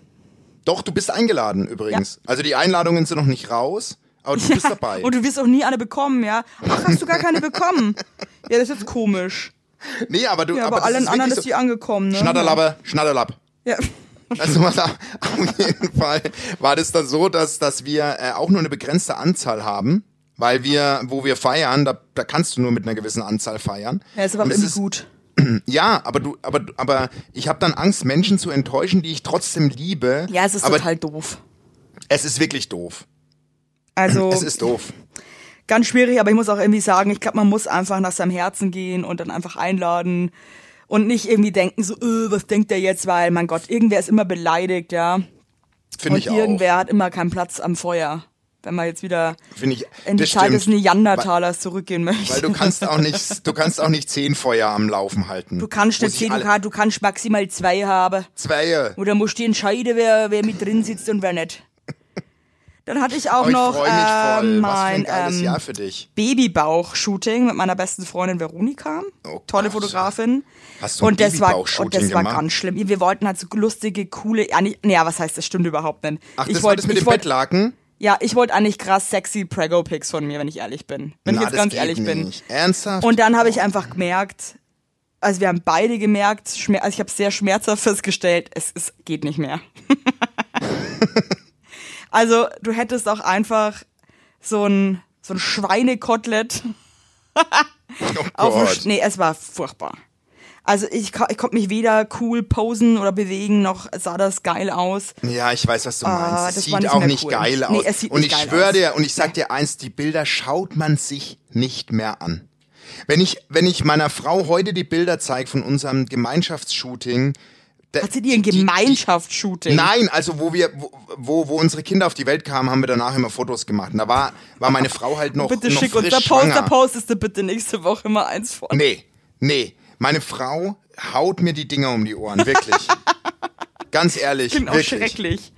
[SPEAKER 1] Doch, du bist eingeladen übrigens. Also die Einladungen sind noch nicht raus, aber du bist dabei.
[SPEAKER 2] Und du wirst auch nie eine bekommen, ja? Ach, hast du gar keine bekommen? Ja, das ist jetzt komisch.
[SPEAKER 1] Nee, aber du,
[SPEAKER 2] Ja, aber
[SPEAKER 1] aber das
[SPEAKER 2] allen
[SPEAKER 1] ist
[SPEAKER 2] anderen
[SPEAKER 1] wirklich
[SPEAKER 2] ist
[SPEAKER 1] so,
[SPEAKER 2] die angekommen, ne?
[SPEAKER 1] Schnatterlappe, Schnatterlapp.
[SPEAKER 2] Ja.
[SPEAKER 1] Also was, auf jeden Fall war das dann so, dass, dass wir äh, auch nur eine begrenzte Anzahl haben, weil wir, wo wir feiern, da, da kannst du nur mit einer gewissen Anzahl feiern.
[SPEAKER 2] Ja, ist aber
[SPEAKER 1] Und es
[SPEAKER 2] irgendwie gut.
[SPEAKER 1] Ja, aber du, aber, aber ich habe dann Angst, Menschen zu enttäuschen, die ich trotzdem liebe.
[SPEAKER 2] Ja, es ist
[SPEAKER 1] aber
[SPEAKER 2] total doof.
[SPEAKER 1] Es ist wirklich doof.
[SPEAKER 2] Also,
[SPEAKER 1] Es ist doof.
[SPEAKER 2] ganz schwierig, aber ich muss auch irgendwie sagen, ich glaube, man muss einfach nach seinem Herzen gehen und dann einfach einladen und nicht irgendwie denken so, öh, was denkt der jetzt, weil, mein Gott, irgendwer ist immer beleidigt, ja.
[SPEAKER 1] Finde
[SPEAKER 2] Und
[SPEAKER 1] ich auch.
[SPEAKER 2] irgendwer hat immer keinen Platz am Feuer, wenn man jetzt wieder
[SPEAKER 1] Finde ich.
[SPEAKER 2] in die
[SPEAKER 1] das
[SPEAKER 2] Zeit des
[SPEAKER 1] stimmt.
[SPEAKER 2] Neandertalers zurückgehen möchte.
[SPEAKER 1] Weil du kannst auch nicht, du kannst auch nicht zehn Feuer am Laufen halten.
[SPEAKER 2] Du kannst nicht
[SPEAKER 1] Muss ich
[SPEAKER 2] sehen, du
[SPEAKER 1] alle-
[SPEAKER 2] kannst, du kannst maximal zwei haben.
[SPEAKER 1] Zweie.
[SPEAKER 2] Oder musst du entscheiden, wer, wer mit drin sitzt und wer nicht. Dann hatte ich auch
[SPEAKER 1] Oh, ich
[SPEAKER 2] noch
[SPEAKER 1] freue mich voll.
[SPEAKER 2] äh,
[SPEAKER 1] Was für ein
[SPEAKER 2] mein
[SPEAKER 1] geiles
[SPEAKER 2] ähm,
[SPEAKER 1] Jahr für dich.
[SPEAKER 2] Babybauch-Shooting mit meiner besten Freundin Veronika.
[SPEAKER 1] Oh
[SPEAKER 2] Tolle
[SPEAKER 1] Gott.
[SPEAKER 2] Fotografin.
[SPEAKER 1] Hast du ein
[SPEAKER 2] Und das, war,
[SPEAKER 1] Babybauch-Shooting
[SPEAKER 2] und das war
[SPEAKER 1] gemacht?
[SPEAKER 2] ganz schlimm. Wir wollten halt so lustige, coole. Ja, nicht, naja, was heißt das? Stimmt überhaupt nicht.
[SPEAKER 1] Ach,
[SPEAKER 2] ich
[SPEAKER 1] das war
[SPEAKER 2] wollt-
[SPEAKER 1] das mit
[SPEAKER 2] ich
[SPEAKER 1] dem
[SPEAKER 2] wollt-
[SPEAKER 1] Bettlaken?
[SPEAKER 2] Ja, ich wollte eigentlich krass sexy Prego-Pics von mir, wenn ich ehrlich bin. Wenn
[SPEAKER 1] Na,
[SPEAKER 2] ich jetzt
[SPEAKER 1] das
[SPEAKER 2] ganz
[SPEAKER 1] geht
[SPEAKER 2] ehrlich bin.
[SPEAKER 1] nicht. Ernsthaft?
[SPEAKER 2] Und dann habe ich einfach gemerkt, also wir haben beide gemerkt, Schmer also ich habe sehr schmerzhaft festgestellt, es, es geht nicht mehr. also du hättest auch einfach so ein, so ein Schweinekotelett
[SPEAKER 1] oh
[SPEAKER 2] auf dem Sch-
[SPEAKER 1] Gott.
[SPEAKER 2] Nee, es war furchtbar. Also ich, ko- ich konnte mich weder cool posen oder bewegen, noch sah das geil aus.
[SPEAKER 1] Ja, ich weiß, was du
[SPEAKER 2] Ah,
[SPEAKER 1] meinst.
[SPEAKER 2] das
[SPEAKER 1] Es
[SPEAKER 2] war
[SPEAKER 1] sieht
[SPEAKER 2] nicht
[SPEAKER 1] auch
[SPEAKER 2] mehr
[SPEAKER 1] nicht
[SPEAKER 2] cool.
[SPEAKER 1] geil
[SPEAKER 2] Nee,
[SPEAKER 1] aus.
[SPEAKER 2] es sieht
[SPEAKER 1] und
[SPEAKER 2] nicht
[SPEAKER 1] ich
[SPEAKER 2] geil
[SPEAKER 1] schwöre
[SPEAKER 2] aus.
[SPEAKER 1] dir, und ich sag dir eins, die Bilder schaut man sich nicht mehr an. Wenn ich, wenn ich meiner Frau heute die Bilder zeige von unserem Gemeinschaftsshooting, da-
[SPEAKER 2] Hat sie dir ein
[SPEAKER 1] die- die-
[SPEAKER 2] Gemeinschaftsshooting?
[SPEAKER 1] Nein, also wo wir, wo, wo, wo unsere Kinder auf die Welt kamen, haben wir danach immer Fotos gemacht. Und da war, war meine Frau halt noch,
[SPEAKER 2] Bitte
[SPEAKER 1] noch
[SPEAKER 2] schick uns
[SPEAKER 1] frisch
[SPEAKER 2] da Post,
[SPEAKER 1] schwanger.
[SPEAKER 2] da postest du bitte nächste Woche mal eins vor.
[SPEAKER 1] Nee, nee. Meine Frau haut mir die Dinger um die Ohren, wirklich. Ganz ehrlich,
[SPEAKER 2] Klingt auch
[SPEAKER 1] wirklich.
[SPEAKER 2] Genau, schrecklich.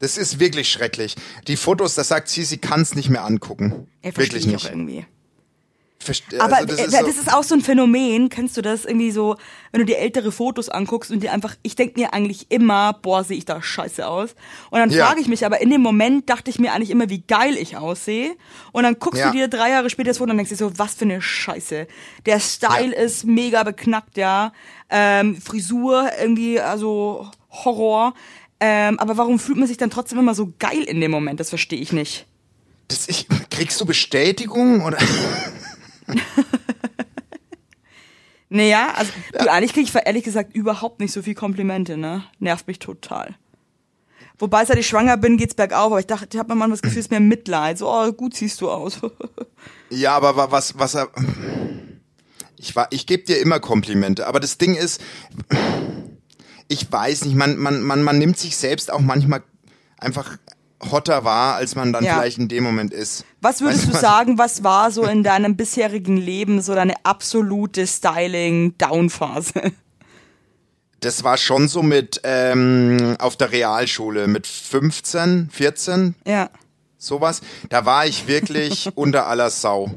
[SPEAKER 1] Das ist wirklich schrecklich. Die Fotos, das sagt sie, sie kann's nicht mehr angucken.
[SPEAKER 2] Ey, verstehe
[SPEAKER 1] wirklich
[SPEAKER 2] ich auch
[SPEAKER 1] nicht.
[SPEAKER 2] irgendwie.
[SPEAKER 1] Verste-
[SPEAKER 2] Aber
[SPEAKER 1] also, das
[SPEAKER 2] äh,
[SPEAKER 1] ist so,
[SPEAKER 2] auch so ein Phänomen, kennst du das irgendwie so, wenn du dir ältere Fotos anguckst und dir einfach, ich denke mir eigentlich immer, boah, sehe ich da scheiße aus. Und dann
[SPEAKER 1] Ja.
[SPEAKER 2] frage ich mich, aber in dem Moment dachte ich mir eigentlich immer, wie geil ich aussehe. Und dann guckst
[SPEAKER 1] Ja.
[SPEAKER 2] du dir drei Jahre später das Foto und denkst dir so, was für eine Scheiße. Der Style
[SPEAKER 1] Ja.
[SPEAKER 2] ist mega beknackt, ja. Ähm, Frisur irgendwie, also Horror. Ähm, aber warum fühlt man sich dann trotzdem immer so geil in dem Moment? Das verstehe ich nicht.
[SPEAKER 1] das ich, kriegst du Bestätigung oder?
[SPEAKER 2] Naja, also du, eigentlich kriege ich ehrlich gesagt überhaupt nicht so viel Komplimente, ne? Nervt mich total. Wobei, seit ich schwanger bin, geht's bergauf, aber ich dachte, ich habe mir manchmal das Gefühl, es ist mir Mitleid. So, oh, gut siehst du aus.
[SPEAKER 1] Ja, aber wa- was, was er. Ich, wa- ich gebe dir immer Komplimente, aber das Ding ist, ich weiß nicht, man, man, man, man nimmt sich selbst auch manchmal einfach hotter wahr, als man dann
[SPEAKER 2] Ja.
[SPEAKER 1] vielleicht in dem Moment ist. Also
[SPEAKER 2] Was würdest
[SPEAKER 1] Weißt
[SPEAKER 2] du
[SPEAKER 1] was?
[SPEAKER 2] sagen, was war so in deinem bisherigen Leben so deine absolute Styling-Down-Phase?
[SPEAKER 1] Das war schon so mit ähm, auf der Realschule mit 15, 14,
[SPEAKER 2] Ja.
[SPEAKER 1] sowas. Da war ich wirklich unter aller Sau.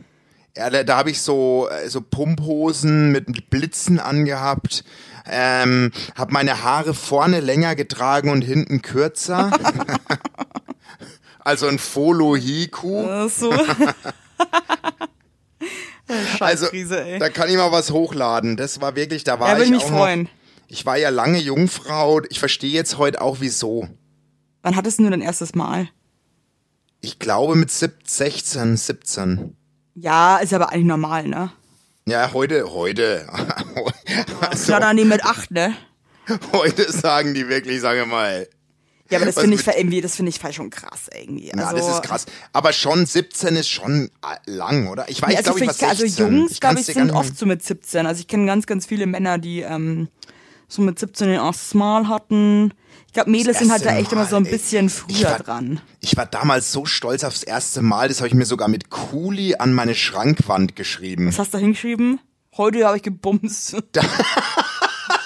[SPEAKER 1] Ja, da da habe ich so, äh, so Pumphosen mit Blitzen angehabt, ähm, habe meine Haare vorne länger getragen und hinten kürzer. also ein Folo-Hiku.
[SPEAKER 2] Äh, So.
[SPEAKER 1] Also,
[SPEAKER 2] Scheißkrise, ey.
[SPEAKER 1] da kann ich mal was hochladen. Das war wirklich, da war
[SPEAKER 2] Ja, würde
[SPEAKER 1] ich
[SPEAKER 2] mich
[SPEAKER 1] auch
[SPEAKER 2] freuen.
[SPEAKER 1] Noch, ich war ja lange Jungfrau. Ich verstehe jetzt heute auch, wieso.
[SPEAKER 2] Wann hattest du denn dein erstes Mal?
[SPEAKER 1] Ich glaube mit sieb- 16, 17.
[SPEAKER 2] Ja, ist aber eigentlich normal, ne?
[SPEAKER 1] Ja, heute, heute. also,
[SPEAKER 2] Ja, dann die mit acht, ne?
[SPEAKER 1] heute sagen die wirklich, sage mal,
[SPEAKER 2] Ja, aber das
[SPEAKER 1] Was
[SPEAKER 2] finde ich,
[SPEAKER 1] Also mit-
[SPEAKER 2] irgendwie, das finde ich falsch schon krass irgendwie. Also,
[SPEAKER 1] Ja, das ist krass. Aber schon 17 ist schon äh, lang, oder? Ich weiß,
[SPEAKER 2] Nee, also
[SPEAKER 1] glaube ich,
[SPEAKER 2] ich
[SPEAKER 1] was
[SPEAKER 2] find-
[SPEAKER 1] 16.
[SPEAKER 2] also Jungs, glaube
[SPEAKER 1] kann's
[SPEAKER 2] ich,
[SPEAKER 1] dir
[SPEAKER 2] sind
[SPEAKER 1] gar nicht-
[SPEAKER 2] oft so mit 17. Also ich kenne ganz, ganz viele Männer, die ähm, so mit 17 den ersten Mal hatten. Ich glaube, Mädels sind halt da
[SPEAKER 1] erste
[SPEAKER 2] echt immer so ein
[SPEAKER 1] Mal, ey.
[SPEAKER 2] bisschen
[SPEAKER 1] Ich
[SPEAKER 2] früher
[SPEAKER 1] war-
[SPEAKER 2] dran.
[SPEAKER 1] Ich war damals so stolz aufs erste Mal, das habe ich mir sogar mit Kuli an meine Schrankwand geschrieben.
[SPEAKER 2] Was hast du da hingeschrieben? Heute habe ich gebumst.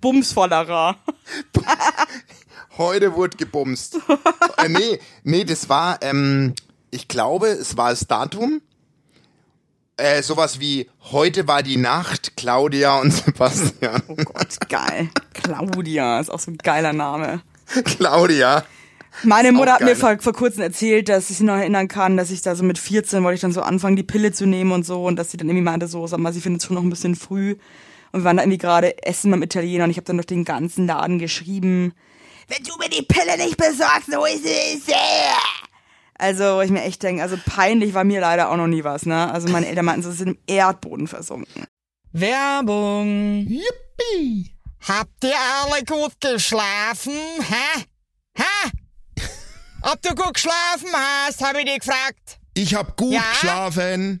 [SPEAKER 2] Bums voller Ra.
[SPEAKER 1] Heute wurde gebumst. äh, nee, nee, das war, ähm, ich glaube, es war das Datum. Äh, sowas wie, heute war die Nacht, Claudia und Sebastian.
[SPEAKER 2] Oh Gott, geil. Claudia ist auch so ein geiler Name.
[SPEAKER 1] Claudia.
[SPEAKER 2] Meine
[SPEAKER 1] auch
[SPEAKER 2] Mutter hat mir
[SPEAKER 1] geil. ne?
[SPEAKER 2] vor, vor kurzem erzählt, dass ich sie noch erinnern kann, dass ich da so mit 14 wollte ich dann so anfangen, die Pille zu nehmen und so und dass sie dann irgendwie meinte, so, sag mal, sie findet es schon noch ein bisschen früh. Und wir waren da irgendwie gerade essen beim Italiener und ich habe dann durch den ganzen Laden geschrieben, wenn du mir die Pille nicht besorgst, so ist es. Also, wo ich mir echt denke, also peinlich war mir leider auch noch nie was, ne? Also meine Eltern meinten, so, sie sind im Erdboden versunken.
[SPEAKER 4] Werbung. Yippie. Habt ihr alle gut geschlafen? Hä? Hä? Ob du gut geschlafen hast, habe ich dich gefragt.
[SPEAKER 3] Ich hab gut
[SPEAKER 4] Ja?
[SPEAKER 3] geschlafen.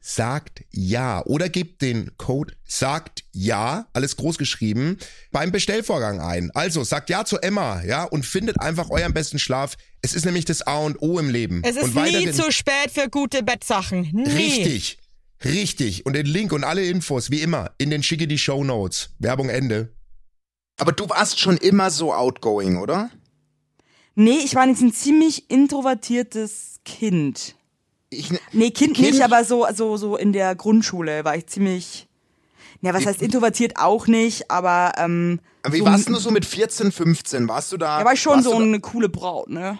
[SPEAKER 3] sagt ja oder gebt den Code sagt ja, alles groß geschrieben, beim Bestellvorgang ein. Also sagt ja zu Emma, ja, und findet einfach euren besten Schlaf. Es ist nämlich das A und O im Leben.
[SPEAKER 4] Es ist
[SPEAKER 3] und
[SPEAKER 4] nie
[SPEAKER 3] weiterhin-
[SPEAKER 4] zu spät für gute Bettsachen. Nie.
[SPEAKER 3] Richtig. Richtig. Und den Link und alle Infos, wie immer, in den schicke die Show Notes. Werbung Ende.
[SPEAKER 1] Aber du warst schon immer so outgoing, oder?
[SPEAKER 2] Nee, ich war jetzt ein ziemlich introvertiertes Kind.
[SPEAKER 1] Ich,
[SPEAKER 2] Nee, Kind,
[SPEAKER 1] Kind?
[SPEAKER 2] nicht, aber so, so, so in der Grundschule war ich ziemlich. Ja, was heißt introvertiert auch nicht, aber ähm,
[SPEAKER 1] wie
[SPEAKER 2] so,
[SPEAKER 1] warst du so mit 14, 15? Warst du da?
[SPEAKER 2] da war ich schon
[SPEAKER 1] warst
[SPEAKER 2] so
[SPEAKER 1] du,
[SPEAKER 2] eine coole Braut, ne?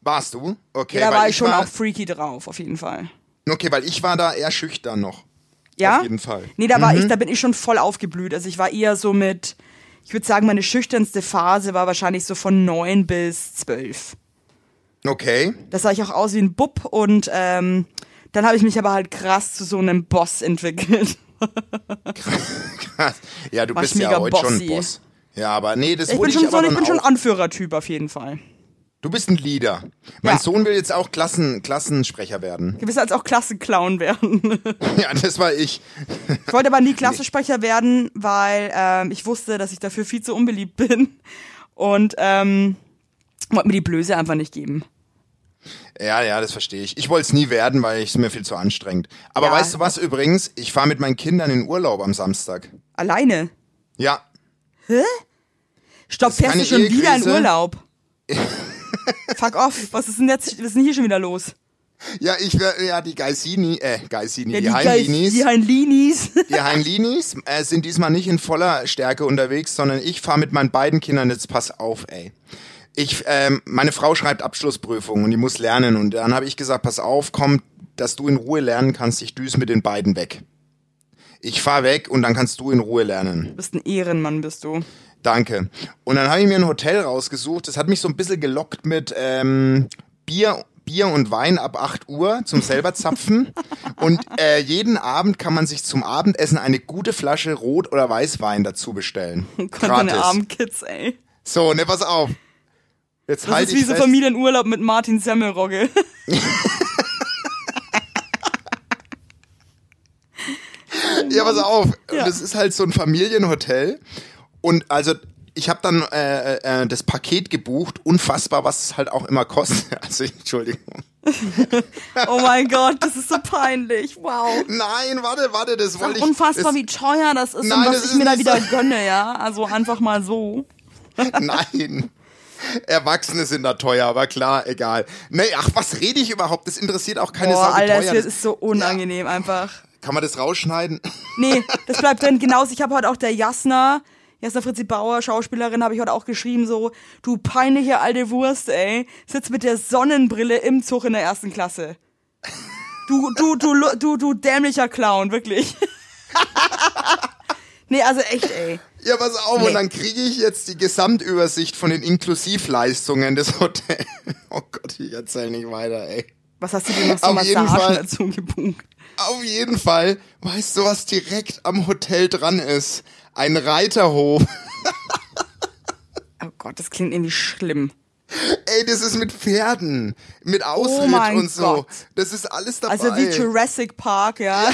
[SPEAKER 1] Warst du? Okay,
[SPEAKER 2] Ja, da
[SPEAKER 1] weil
[SPEAKER 2] war ich schon
[SPEAKER 1] war,
[SPEAKER 2] auch freaky drauf, auf jeden Fall.
[SPEAKER 1] Okay, weil ich war da eher schüchtern noch.
[SPEAKER 2] Ja?
[SPEAKER 1] Auf jeden Fall.
[SPEAKER 2] Nee, da war ich, da bin ich schon voll aufgeblüht. Also ich war eher so mit, ich würde sagen, meine schüchternste Phase war wahrscheinlich so von neun bis zwölf.
[SPEAKER 1] Okay.
[SPEAKER 2] Da sah ich auch aus wie ein Bub und ähm, dann habe ich mich aber halt krass zu so einem Boss entwickelt.
[SPEAKER 1] Krass. Ja, du
[SPEAKER 2] War ich
[SPEAKER 1] bist ja
[SPEAKER 2] mega
[SPEAKER 1] heute schon ein
[SPEAKER 2] bossy.
[SPEAKER 1] Boss. Ja, aber nee, das
[SPEAKER 2] Ich
[SPEAKER 1] wurde
[SPEAKER 2] bin schon
[SPEAKER 1] ich
[SPEAKER 2] so,
[SPEAKER 1] aber
[SPEAKER 2] ich
[SPEAKER 1] dann
[SPEAKER 2] bin schon
[SPEAKER 1] auch-
[SPEAKER 2] Anführertyp auf jeden Fall.
[SPEAKER 1] Du bist ein Leader. Mein
[SPEAKER 2] Ja.
[SPEAKER 1] Sohn will jetzt auch Klassen, Klassensprecher werden.
[SPEAKER 2] Gewisser als auch Klassenclown werden.
[SPEAKER 1] Ja, das war ich.
[SPEAKER 2] Ich wollte aber nie Klassensprecher werden, weil ähm, ich wusste, dass ich dafür viel zu unbeliebt bin und ähm, wollte mir die Blöße einfach nicht geben.
[SPEAKER 1] Ja, ja, das verstehe ich. Ich wollte es nie werden, weil ich es mir viel zu anstrengend. Aber
[SPEAKER 2] Ja.
[SPEAKER 1] weißt du was übrigens? Ich fahre mit meinen Kindern in Urlaub am Samstag.
[SPEAKER 2] Alleine.
[SPEAKER 1] Ja,
[SPEAKER 2] Stopp, fährst
[SPEAKER 1] keine
[SPEAKER 2] du schon wieder in
[SPEAKER 1] Ehekrise.
[SPEAKER 2] Urlaub? Fuck off. Was ist denn jetzt, was ist denn hier schon wieder los?
[SPEAKER 1] Ja, ich wär, ja, die Geisini, äh, Geisini,
[SPEAKER 2] Ja,
[SPEAKER 1] die,
[SPEAKER 2] Geis-
[SPEAKER 1] Heinlinis,
[SPEAKER 2] Die Heinlinis.
[SPEAKER 1] die Heinlinis äh, sind diesmal nicht in voller Stärke unterwegs, sondern ich fahre mit meinen beiden Kindern, jetzt pass auf, ey. Ich, ähm, meine Frau schreibt Abschlussprüfungen und die muss lernen und dann habe ich gesagt, pass auf, komm, dass du in Ruhe lernen kannst, ich düse mit den beiden weg. Ich fahr weg und dann kannst du in Ruhe lernen.
[SPEAKER 2] Du bist ein Ehrenmann, bist du.
[SPEAKER 1] Danke. Und dann habe ich mir ein Hotel rausgesucht. Das hat mich so ein bisschen gelockt mit ähm, Bier, Bier und Wein ab 8 Uhr zum selber zapfen. und äh, jeden Abend kann man sich zum Abendessen eine gute Flasche Rot- oder Weißwein dazu bestellen.
[SPEAKER 2] Gott, deine armen Kids, ey.
[SPEAKER 1] So, ne, pass auf. Jetzt
[SPEAKER 2] Das
[SPEAKER 1] halt
[SPEAKER 2] ist wie
[SPEAKER 1] ich
[SPEAKER 2] so
[SPEAKER 1] fest.
[SPEAKER 2] Familienurlaub mit Martin Semmelrogge.
[SPEAKER 1] Ja, pass auf.
[SPEAKER 2] Ja.
[SPEAKER 1] Und es ist halt so ein Familienhotel. Und also, ich habe dann äh, äh, das Paket gebucht. Unfassbar, was es halt auch immer kostet. Also, Entschuldigung.
[SPEAKER 2] Oh mein Gott, das ist so peinlich. Wow.
[SPEAKER 1] Nein, warte, warte, das wollte ich.
[SPEAKER 2] Unfassbar,
[SPEAKER 1] das,
[SPEAKER 2] wie teuer das ist
[SPEAKER 1] Nein,
[SPEAKER 2] und was
[SPEAKER 1] das
[SPEAKER 2] ich
[SPEAKER 1] ist
[SPEAKER 2] mir da
[SPEAKER 1] nicht
[SPEAKER 2] wieder
[SPEAKER 1] so.
[SPEAKER 2] gönne, ja. Also einfach mal so.
[SPEAKER 1] Nein. Erwachsene sind da teuer, aber klar, egal. Nee, ach, was rede ich überhaupt? Das interessiert auch keine
[SPEAKER 2] Boah,
[SPEAKER 1] Sau, wie
[SPEAKER 2] Alter,
[SPEAKER 1] teuer
[SPEAKER 2] das
[SPEAKER 1] das-
[SPEAKER 2] ist so unangenehm einfach.
[SPEAKER 1] Kann man das rausschneiden?
[SPEAKER 2] Nee, das bleibt drin. Genauso, ich habe heute auch der Jasna, Jasna Fritzi Bauer, Schauspielerin, habe ich heute auch geschrieben, so, du peinliche alte Wurst, ey, sitzt mit der Sonnenbrille im Zug in der ersten Klasse. Du, du, du, lu- du, du dämlicher Clown, wirklich. nee, also echt, ey.
[SPEAKER 1] Ja, pass auf,
[SPEAKER 2] Nee.
[SPEAKER 1] und dann kriege ich jetzt die Gesamtübersicht von den Inklusivleistungen des Hotels. Oh Gott, ich erzähl nicht weiter, ey.
[SPEAKER 2] Was hast du dir noch so
[SPEAKER 1] Auf jeden Fall.
[SPEAKER 2] Massagen dazu gebucht?
[SPEAKER 1] Auf jeden Fall, weißt du, was direkt am Hotel dran ist? Ein Reiterhof.
[SPEAKER 2] Oh Gott, das klingt irgendwie schlimm.
[SPEAKER 1] Ey, das ist mit Pferden, mit Ausritt
[SPEAKER 2] Oh mein
[SPEAKER 1] und so.
[SPEAKER 2] Gott.
[SPEAKER 1] Das ist alles dabei.
[SPEAKER 2] Also wie Jurassic Park, ja.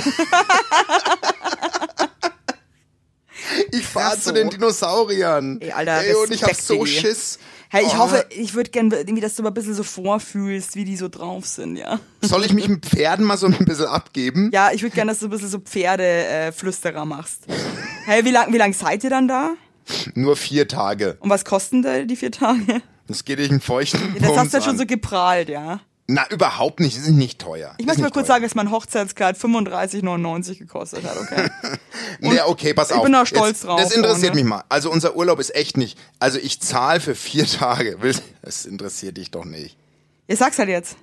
[SPEAKER 1] ich fahre
[SPEAKER 2] krass
[SPEAKER 1] zu den
[SPEAKER 2] so.
[SPEAKER 1] Dinosauriern.
[SPEAKER 2] Ey, Alter,
[SPEAKER 1] Ey, und ich hab
[SPEAKER 2] Respekt,
[SPEAKER 1] so
[SPEAKER 2] Digi.
[SPEAKER 1] Schiss.
[SPEAKER 2] Hey, ich
[SPEAKER 1] Oh.
[SPEAKER 2] hoffe, ich würde gerne irgendwie, dass du mal ein bisschen so vorfühlst, wie die so drauf sind, ja.
[SPEAKER 1] Soll ich mich mit Pferden mal so ein bisschen abgeben?
[SPEAKER 2] Ja, ich würde gerne, dass du ein bisschen so Pferdeflüsterer äh, Flüsterer machst. Hey, wie lang, wie lang seid ihr dann da?
[SPEAKER 1] Nur vier Tage.
[SPEAKER 2] Und was kosten da die vier Tage?
[SPEAKER 1] Das geht dich einen feuchten
[SPEAKER 2] Das
[SPEAKER 1] Bums
[SPEAKER 2] hast du ja schon
[SPEAKER 1] an.
[SPEAKER 2] so geprahlt, ja.
[SPEAKER 1] Na, überhaupt nicht. Das ist nicht teuer.
[SPEAKER 2] Ich möchte mal kurz sagen, dass mein Hochzeitskleid 35,99 gekostet hat, okay?
[SPEAKER 1] Nee, okay, pass
[SPEAKER 2] ich
[SPEAKER 1] auf.
[SPEAKER 2] bin da stolz
[SPEAKER 1] Jetzt,
[SPEAKER 2] drauf,
[SPEAKER 1] Das interessiert
[SPEAKER 2] Freunde.
[SPEAKER 1] mich mal. Also unser Urlaub ist echt nicht. Also ich zahle für vier Tage. Willst- Das interessiert dich doch nicht.
[SPEAKER 2] Ihr sag's halt jetzt.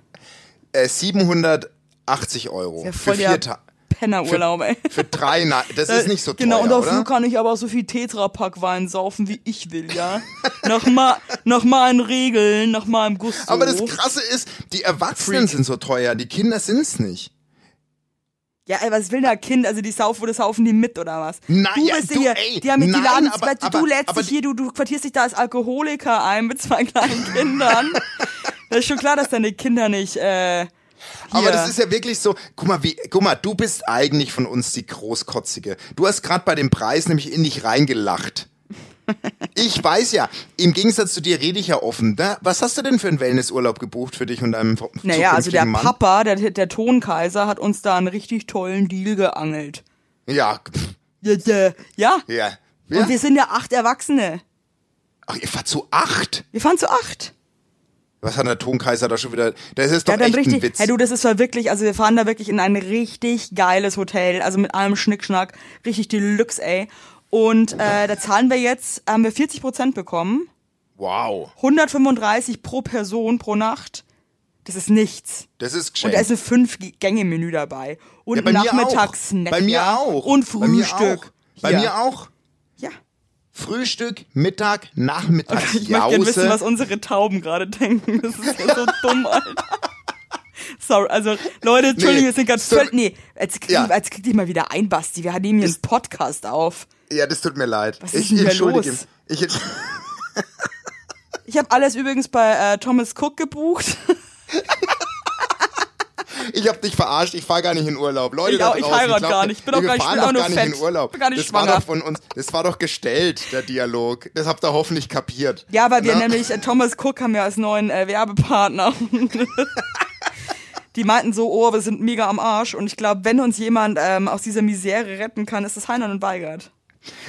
[SPEAKER 1] Äh, 780 Euro
[SPEAKER 2] Ja,
[SPEAKER 1] für
[SPEAKER 2] voll
[SPEAKER 1] vier
[SPEAKER 2] der
[SPEAKER 1] Tage.
[SPEAKER 2] Pennerurlaub, ey.
[SPEAKER 1] Für drei Na Das ist nicht so teuer,
[SPEAKER 2] Genau, und dafür
[SPEAKER 1] oder?
[SPEAKER 2] kann ich aber so viel Tetrapack-Wein saufen, wie ich will, ja. nach, ma nach meinen Regeln, nach meinem Gusto.
[SPEAKER 1] Aber das Krasse ist, die Erwachsenen sind so teuer, die Kinder sind's nicht.
[SPEAKER 2] Ja, ey, was will der Kind? Also die Sauf, wo das saufen die mit oder was?
[SPEAKER 1] Nein,
[SPEAKER 2] du
[SPEAKER 1] ja,
[SPEAKER 2] bist
[SPEAKER 1] du,
[SPEAKER 2] hier,
[SPEAKER 1] ey,
[SPEAKER 2] die haben mit
[SPEAKER 1] nein,
[SPEAKER 2] die Laden,
[SPEAKER 1] aber-
[SPEAKER 2] weißt du,
[SPEAKER 1] aber-
[SPEAKER 2] du lädst
[SPEAKER 1] aber
[SPEAKER 2] dich
[SPEAKER 1] die-
[SPEAKER 2] hier, du, du quartierst dich da als Alkoholiker ein mit zwei kleinen Kindern. das ist schon klar, dass deine Kinder nicht, äh, hier.
[SPEAKER 1] Aber das ist ja wirklich so, guck mal, wie, guck mal, du bist eigentlich von uns die Großkotzige. Du hast gerade bei dem Preis nämlich in dich reingelacht. Ich weiß ja, im Gegensatz zu dir rede ich ja offen. Ne? Was hast du denn für einen Wellnessurlaub gebucht für dich und deinem
[SPEAKER 2] naja, also der
[SPEAKER 1] zukünftigen Mann?
[SPEAKER 2] Papa, der, der Tonkaiser, hat uns da einen richtig tollen Deal geangelt.
[SPEAKER 1] Ja, pff,
[SPEAKER 2] Ja, ja. ja.
[SPEAKER 1] ja. ja.
[SPEAKER 2] Und wir sind ja acht Erwachsene.
[SPEAKER 1] Ach, ihr fahrt zu acht?
[SPEAKER 2] Wir fahren zu acht.
[SPEAKER 1] Was hat der Tonkaiser da schon wieder? Das ist doch
[SPEAKER 2] Ja, dann
[SPEAKER 1] echt ein
[SPEAKER 2] richtig.
[SPEAKER 1] Witz.
[SPEAKER 2] Hey du, das ist zwar wirklich, also wir fahren da wirklich in ein richtig geiles Hotel, also mit allem Schnickschnack, richtig Deluxe, ey. Und äh, da zahlen wir jetzt, haben wir 40 Prozent bekommen,
[SPEAKER 1] wow,
[SPEAKER 2] 135 pro Person pro Nacht. Das ist nichts.
[SPEAKER 1] das ist
[SPEAKER 2] Und da ist
[SPEAKER 1] geschenkt.
[SPEAKER 2] ein Fünf-Gänge-Menü dabei. Und
[SPEAKER 1] Ja, bei mir auch.
[SPEAKER 2] Nachmittagssnack.
[SPEAKER 1] Bei mir
[SPEAKER 2] ja.
[SPEAKER 1] auch.
[SPEAKER 2] Und
[SPEAKER 1] Bei mir
[SPEAKER 2] Frühstück.
[SPEAKER 1] auch. Bei
[SPEAKER 2] Hier.
[SPEAKER 1] mir auch.
[SPEAKER 2] Ja.
[SPEAKER 1] Frühstück, Mittag, Nachmittag,
[SPEAKER 2] Ich möchte gerne wissen,
[SPEAKER 1] Jause.
[SPEAKER 2] was unsere Tauben gerade denken. Das ist ja so dumm, Alter. Sorry, also Leute, Entschuldigung,
[SPEAKER 1] Nee,
[SPEAKER 2] wir sind ganz
[SPEAKER 1] so-
[SPEAKER 2] völlig. Nee, jetzt krieg,
[SPEAKER 1] Ja.
[SPEAKER 2] jetzt krieg dich mal wieder ein, Basti. Wir nehmen hier einen Podcast auf.
[SPEAKER 1] Ja, das tut mir leid.
[SPEAKER 2] Was ist denn hier los?
[SPEAKER 1] Ich, entsch-
[SPEAKER 2] Ich habe alles übrigens bei äh, Thomas Cook gebucht.
[SPEAKER 1] ich hab dich verarscht, ich fahr gar nicht in Urlaub. Leute,
[SPEAKER 2] Ich
[SPEAKER 1] da
[SPEAKER 2] auch- ich
[SPEAKER 1] draußen,
[SPEAKER 2] heirate
[SPEAKER 1] glaubt
[SPEAKER 2] gar
[SPEAKER 1] mir,
[SPEAKER 2] nicht. Ich bin auch
[SPEAKER 1] wir
[SPEAKER 2] gar nicht- ich
[SPEAKER 1] fahren
[SPEAKER 2] bin auch
[SPEAKER 1] doch
[SPEAKER 2] nur
[SPEAKER 1] gar nicht in
[SPEAKER 2] fett.
[SPEAKER 1] Urlaub.
[SPEAKER 2] Bin gar nicht
[SPEAKER 1] das war
[SPEAKER 2] schwanger.
[SPEAKER 1] doch von uns, das war doch gestellt, der Dialog. Das habt ihr hoffentlich kapiert.
[SPEAKER 2] Ja, weil wir
[SPEAKER 1] Na?
[SPEAKER 2] nämlich äh, Thomas Cook haben wir als neuen äh, Werbepartner. Die meinten so, oh, wir sind mega am Arsch. Und ich glaube, wenn uns jemand ähm, aus dieser Misere retten kann, ist es Heinern und Weigert.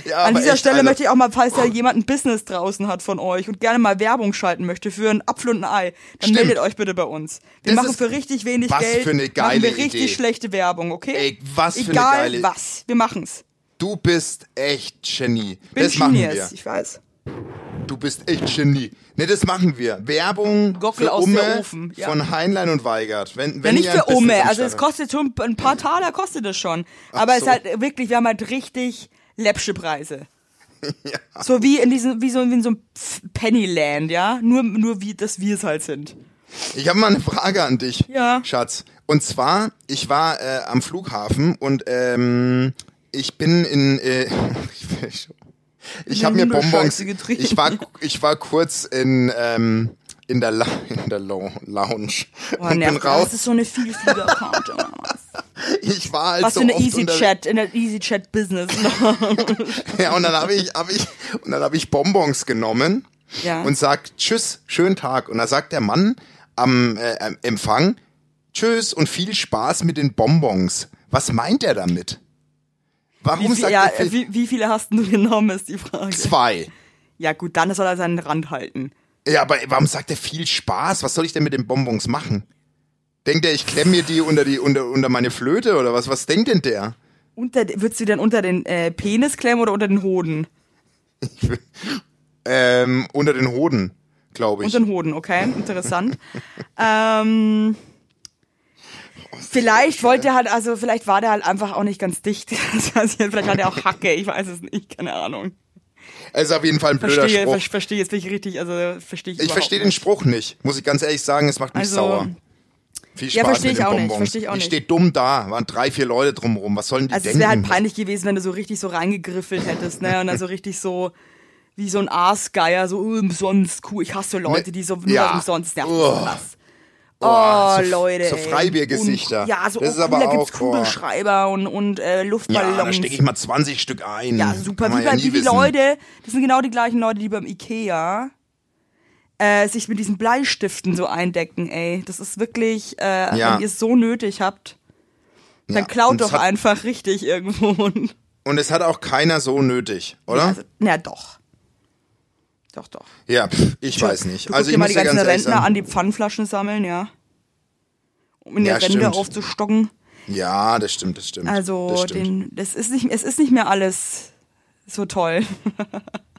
[SPEAKER 1] Ja,
[SPEAKER 2] An
[SPEAKER 1] aber
[SPEAKER 2] dieser
[SPEAKER 1] echt,
[SPEAKER 2] Stelle
[SPEAKER 1] also,
[SPEAKER 2] möchte ich auch mal, falls da jemand ein Business draußen hat von euch und gerne mal Werbung schalten möchte für einen Apfel und ein Ei, dann
[SPEAKER 1] Stimmt.
[SPEAKER 2] meldet euch bitte bei uns. Wir
[SPEAKER 1] Das
[SPEAKER 2] machen
[SPEAKER 1] ist-
[SPEAKER 2] für richtig wenig
[SPEAKER 1] was
[SPEAKER 2] Geld,
[SPEAKER 1] für eine
[SPEAKER 2] machen
[SPEAKER 1] geile
[SPEAKER 2] wir richtig
[SPEAKER 1] Idee.
[SPEAKER 2] schlechte Werbung, okay?
[SPEAKER 1] Ey, was für eine
[SPEAKER 2] Egal
[SPEAKER 1] geile-
[SPEAKER 2] was, wir machen's.
[SPEAKER 1] Du bist echt Genie.
[SPEAKER 2] Bin
[SPEAKER 1] das machen
[SPEAKER 2] Genius,
[SPEAKER 1] wir.
[SPEAKER 2] ich weiß.
[SPEAKER 1] Du bist echt Genie. Ne, das machen wir. Werbung
[SPEAKER 2] Gockel
[SPEAKER 1] für
[SPEAKER 2] aus
[SPEAKER 1] Umme
[SPEAKER 2] der Ofen, ja.
[SPEAKER 1] von Heinlein und Weigert. Wenn,
[SPEAKER 2] Ja,
[SPEAKER 1] wenn
[SPEAKER 2] nicht
[SPEAKER 1] ihr ein
[SPEAKER 2] für Ome,
[SPEAKER 1] Business
[SPEAKER 2] also es
[SPEAKER 1] startet.
[SPEAKER 2] kostet schon ein paar Taler, kostet es schon. Aber es
[SPEAKER 1] so.
[SPEAKER 2] ist halt wirklich, wir haben halt richtig läppsche Preise. So wie in diesem, wie so, wie in so einem Pennyland, ja? Nur, nur wie, dass wir es halt sind.
[SPEAKER 1] Ich habe mal eine Frage an dich,
[SPEAKER 2] Ja.
[SPEAKER 1] Schatz. Und zwar, ich war äh, am Flughafen und ähm, ich bin in. Äh, ich will schon- ich habe mir
[SPEAKER 2] Eine
[SPEAKER 1] Bonbons.
[SPEAKER 2] Scheiße getrieben.
[SPEAKER 1] Ich war, ich war kurz in ähm, in der La in der Lo Lounge
[SPEAKER 2] Boah,
[SPEAKER 1] und bin
[SPEAKER 2] Oh, nervt. Das
[SPEAKER 1] raus.
[SPEAKER 2] ist so eine Vielflieger-Karte.
[SPEAKER 1] Ich war halt
[SPEAKER 2] Was
[SPEAKER 1] so
[SPEAKER 2] für eine
[SPEAKER 1] oft unterwegs.
[SPEAKER 2] Easy-Chat, in der Easy-Chat-Business.
[SPEAKER 1] Ja, und dann habe ich, hab ich, und dann habe ich Bonbons genommen
[SPEAKER 2] Ja.
[SPEAKER 1] und sagt Tschüss, schönen Tag. Und da sagt der Mann am äh, am Empfang Tschüss und viel Spaß mit den Bonbons. Was meint er damit? Warum
[SPEAKER 2] Wie, viel,
[SPEAKER 1] sagt
[SPEAKER 2] ja, äh,
[SPEAKER 1] er viel-
[SPEAKER 2] wie, wie viele hast du genommen, ist die Frage.
[SPEAKER 1] zwei?
[SPEAKER 2] Ja gut, dann soll er seinen Rand halten.
[SPEAKER 1] Ja, aber warum sagt er viel Spaß? Was soll ich denn mit den Bonbons machen? Denkt er, ich klemme mir die unter die unter unter meine Flöte oder was? Was denkt denn der?
[SPEAKER 2] Unter, würdest du dann unter den äh, Penis klemmen oder unter den Hoden?
[SPEAKER 1] Ähm, unter den Hoden, glaube ich.
[SPEAKER 2] Unter den Hoden, okay, interessant. ähm, vielleicht wollte er halt, also vielleicht war der halt einfach auch nicht ganz dicht. Das heißt, vielleicht hat er auch Hacke, ich weiß es nicht, keine Ahnung.
[SPEAKER 1] Also auf jeden Fall ein blöder
[SPEAKER 2] Verstehe,
[SPEAKER 1] Spruch.
[SPEAKER 2] ver verstehe jetzt nicht richtig, also verstehe ich
[SPEAKER 1] Ich
[SPEAKER 2] überhaupt
[SPEAKER 1] verstehe den
[SPEAKER 2] nicht.
[SPEAKER 1] Spruch nicht, muss ich ganz ehrlich sagen, es macht mich
[SPEAKER 2] Also-
[SPEAKER 1] sauer. Viel Spaß
[SPEAKER 2] Ja, verstehe
[SPEAKER 1] mit
[SPEAKER 2] ich
[SPEAKER 1] den
[SPEAKER 2] auch nicht,
[SPEAKER 1] Bonbons.
[SPEAKER 2] verstehe ich auch
[SPEAKER 1] Ich
[SPEAKER 2] nicht.
[SPEAKER 1] stehe dumm da, waren drei, vier Leute drumrum. Was sollen die
[SPEAKER 2] Also es
[SPEAKER 1] denken?
[SPEAKER 2] wäre halt peinlich gewesen, wenn du so richtig so reingegriffelt hättest, ne? Und dann so richtig so wie so ein Arsgeier, so "Oh, umsonst, cool. Ich hasse Leute, die so nur
[SPEAKER 1] Ne, Ja.
[SPEAKER 2] umsonst nerven.
[SPEAKER 1] Uah.
[SPEAKER 2] Was.
[SPEAKER 1] Boah,
[SPEAKER 2] Oh,
[SPEAKER 1] so-
[SPEAKER 2] Leute.
[SPEAKER 1] so
[SPEAKER 2] ey.
[SPEAKER 1] Freibiergesichter.
[SPEAKER 2] Und- Ja, so
[SPEAKER 1] Das
[SPEAKER 2] oh,
[SPEAKER 1] ist aber
[SPEAKER 2] cool, da
[SPEAKER 1] auch-
[SPEAKER 2] gibt's Kugelschreiber und, und äh, Luftballons.
[SPEAKER 1] Ja, da stecke ich mal 20 Stück ein.
[SPEAKER 2] Ja, super.
[SPEAKER 1] Kann man
[SPEAKER 2] Wie, bei,
[SPEAKER 1] nie
[SPEAKER 2] wie die
[SPEAKER 1] wissen.
[SPEAKER 2] Leute, das sind genau die gleichen Leute, die beim Ikea äh, sich mit diesen Bleistiften so eindecken, ey. Das ist wirklich, äh,
[SPEAKER 1] Ja.
[SPEAKER 2] wenn ihr es so nötig habt, dann
[SPEAKER 1] Ja, und
[SPEAKER 2] klaut
[SPEAKER 1] es
[SPEAKER 2] doch
[SPEAKER 1] hat-
[SPEAKER 2] einfach richtig irgendwo. Und,
[SPEAKER 1] Und es hat auch keiner so nötig, oder? Ja,
[SPEAKER 2] Also, na doch. Doch, doch.
[SPEAKER 1] pff, ich weiß
[SPEAKER 2] Du
[SPEAKER 1] nicht.
[SPEAKER 2] guck
[SPEAKER 1] Also ich
[SPEAKER 2] dir mal
[SPEAKER 1] muss
[SPEAKER 2] die
[SPEAKER 1] dir
[SPEAKER 2] ganzen
[SPEAKER 1] ganz ehrlich
[SPEAKER 2] Rentner
[SPEAKER 1] sagen.
[SPEAKER 2] an, die Pfandflaschen sammeln, ja. Um in
[SPEAKER 1] Ja,
[SPEAKER 2] der Rente
[SPEAKER 1] stimmt.
[SPEAKER 2] aufzustocken.
[SPEAKER 1] Ja, das stimmt, das stimmt. das
[SPEAKER 2] Also,
[SPEAKER 1] stimmt.
[SPEAKER 2] den, das ist nicht, es ist nicht mehr alles so toll.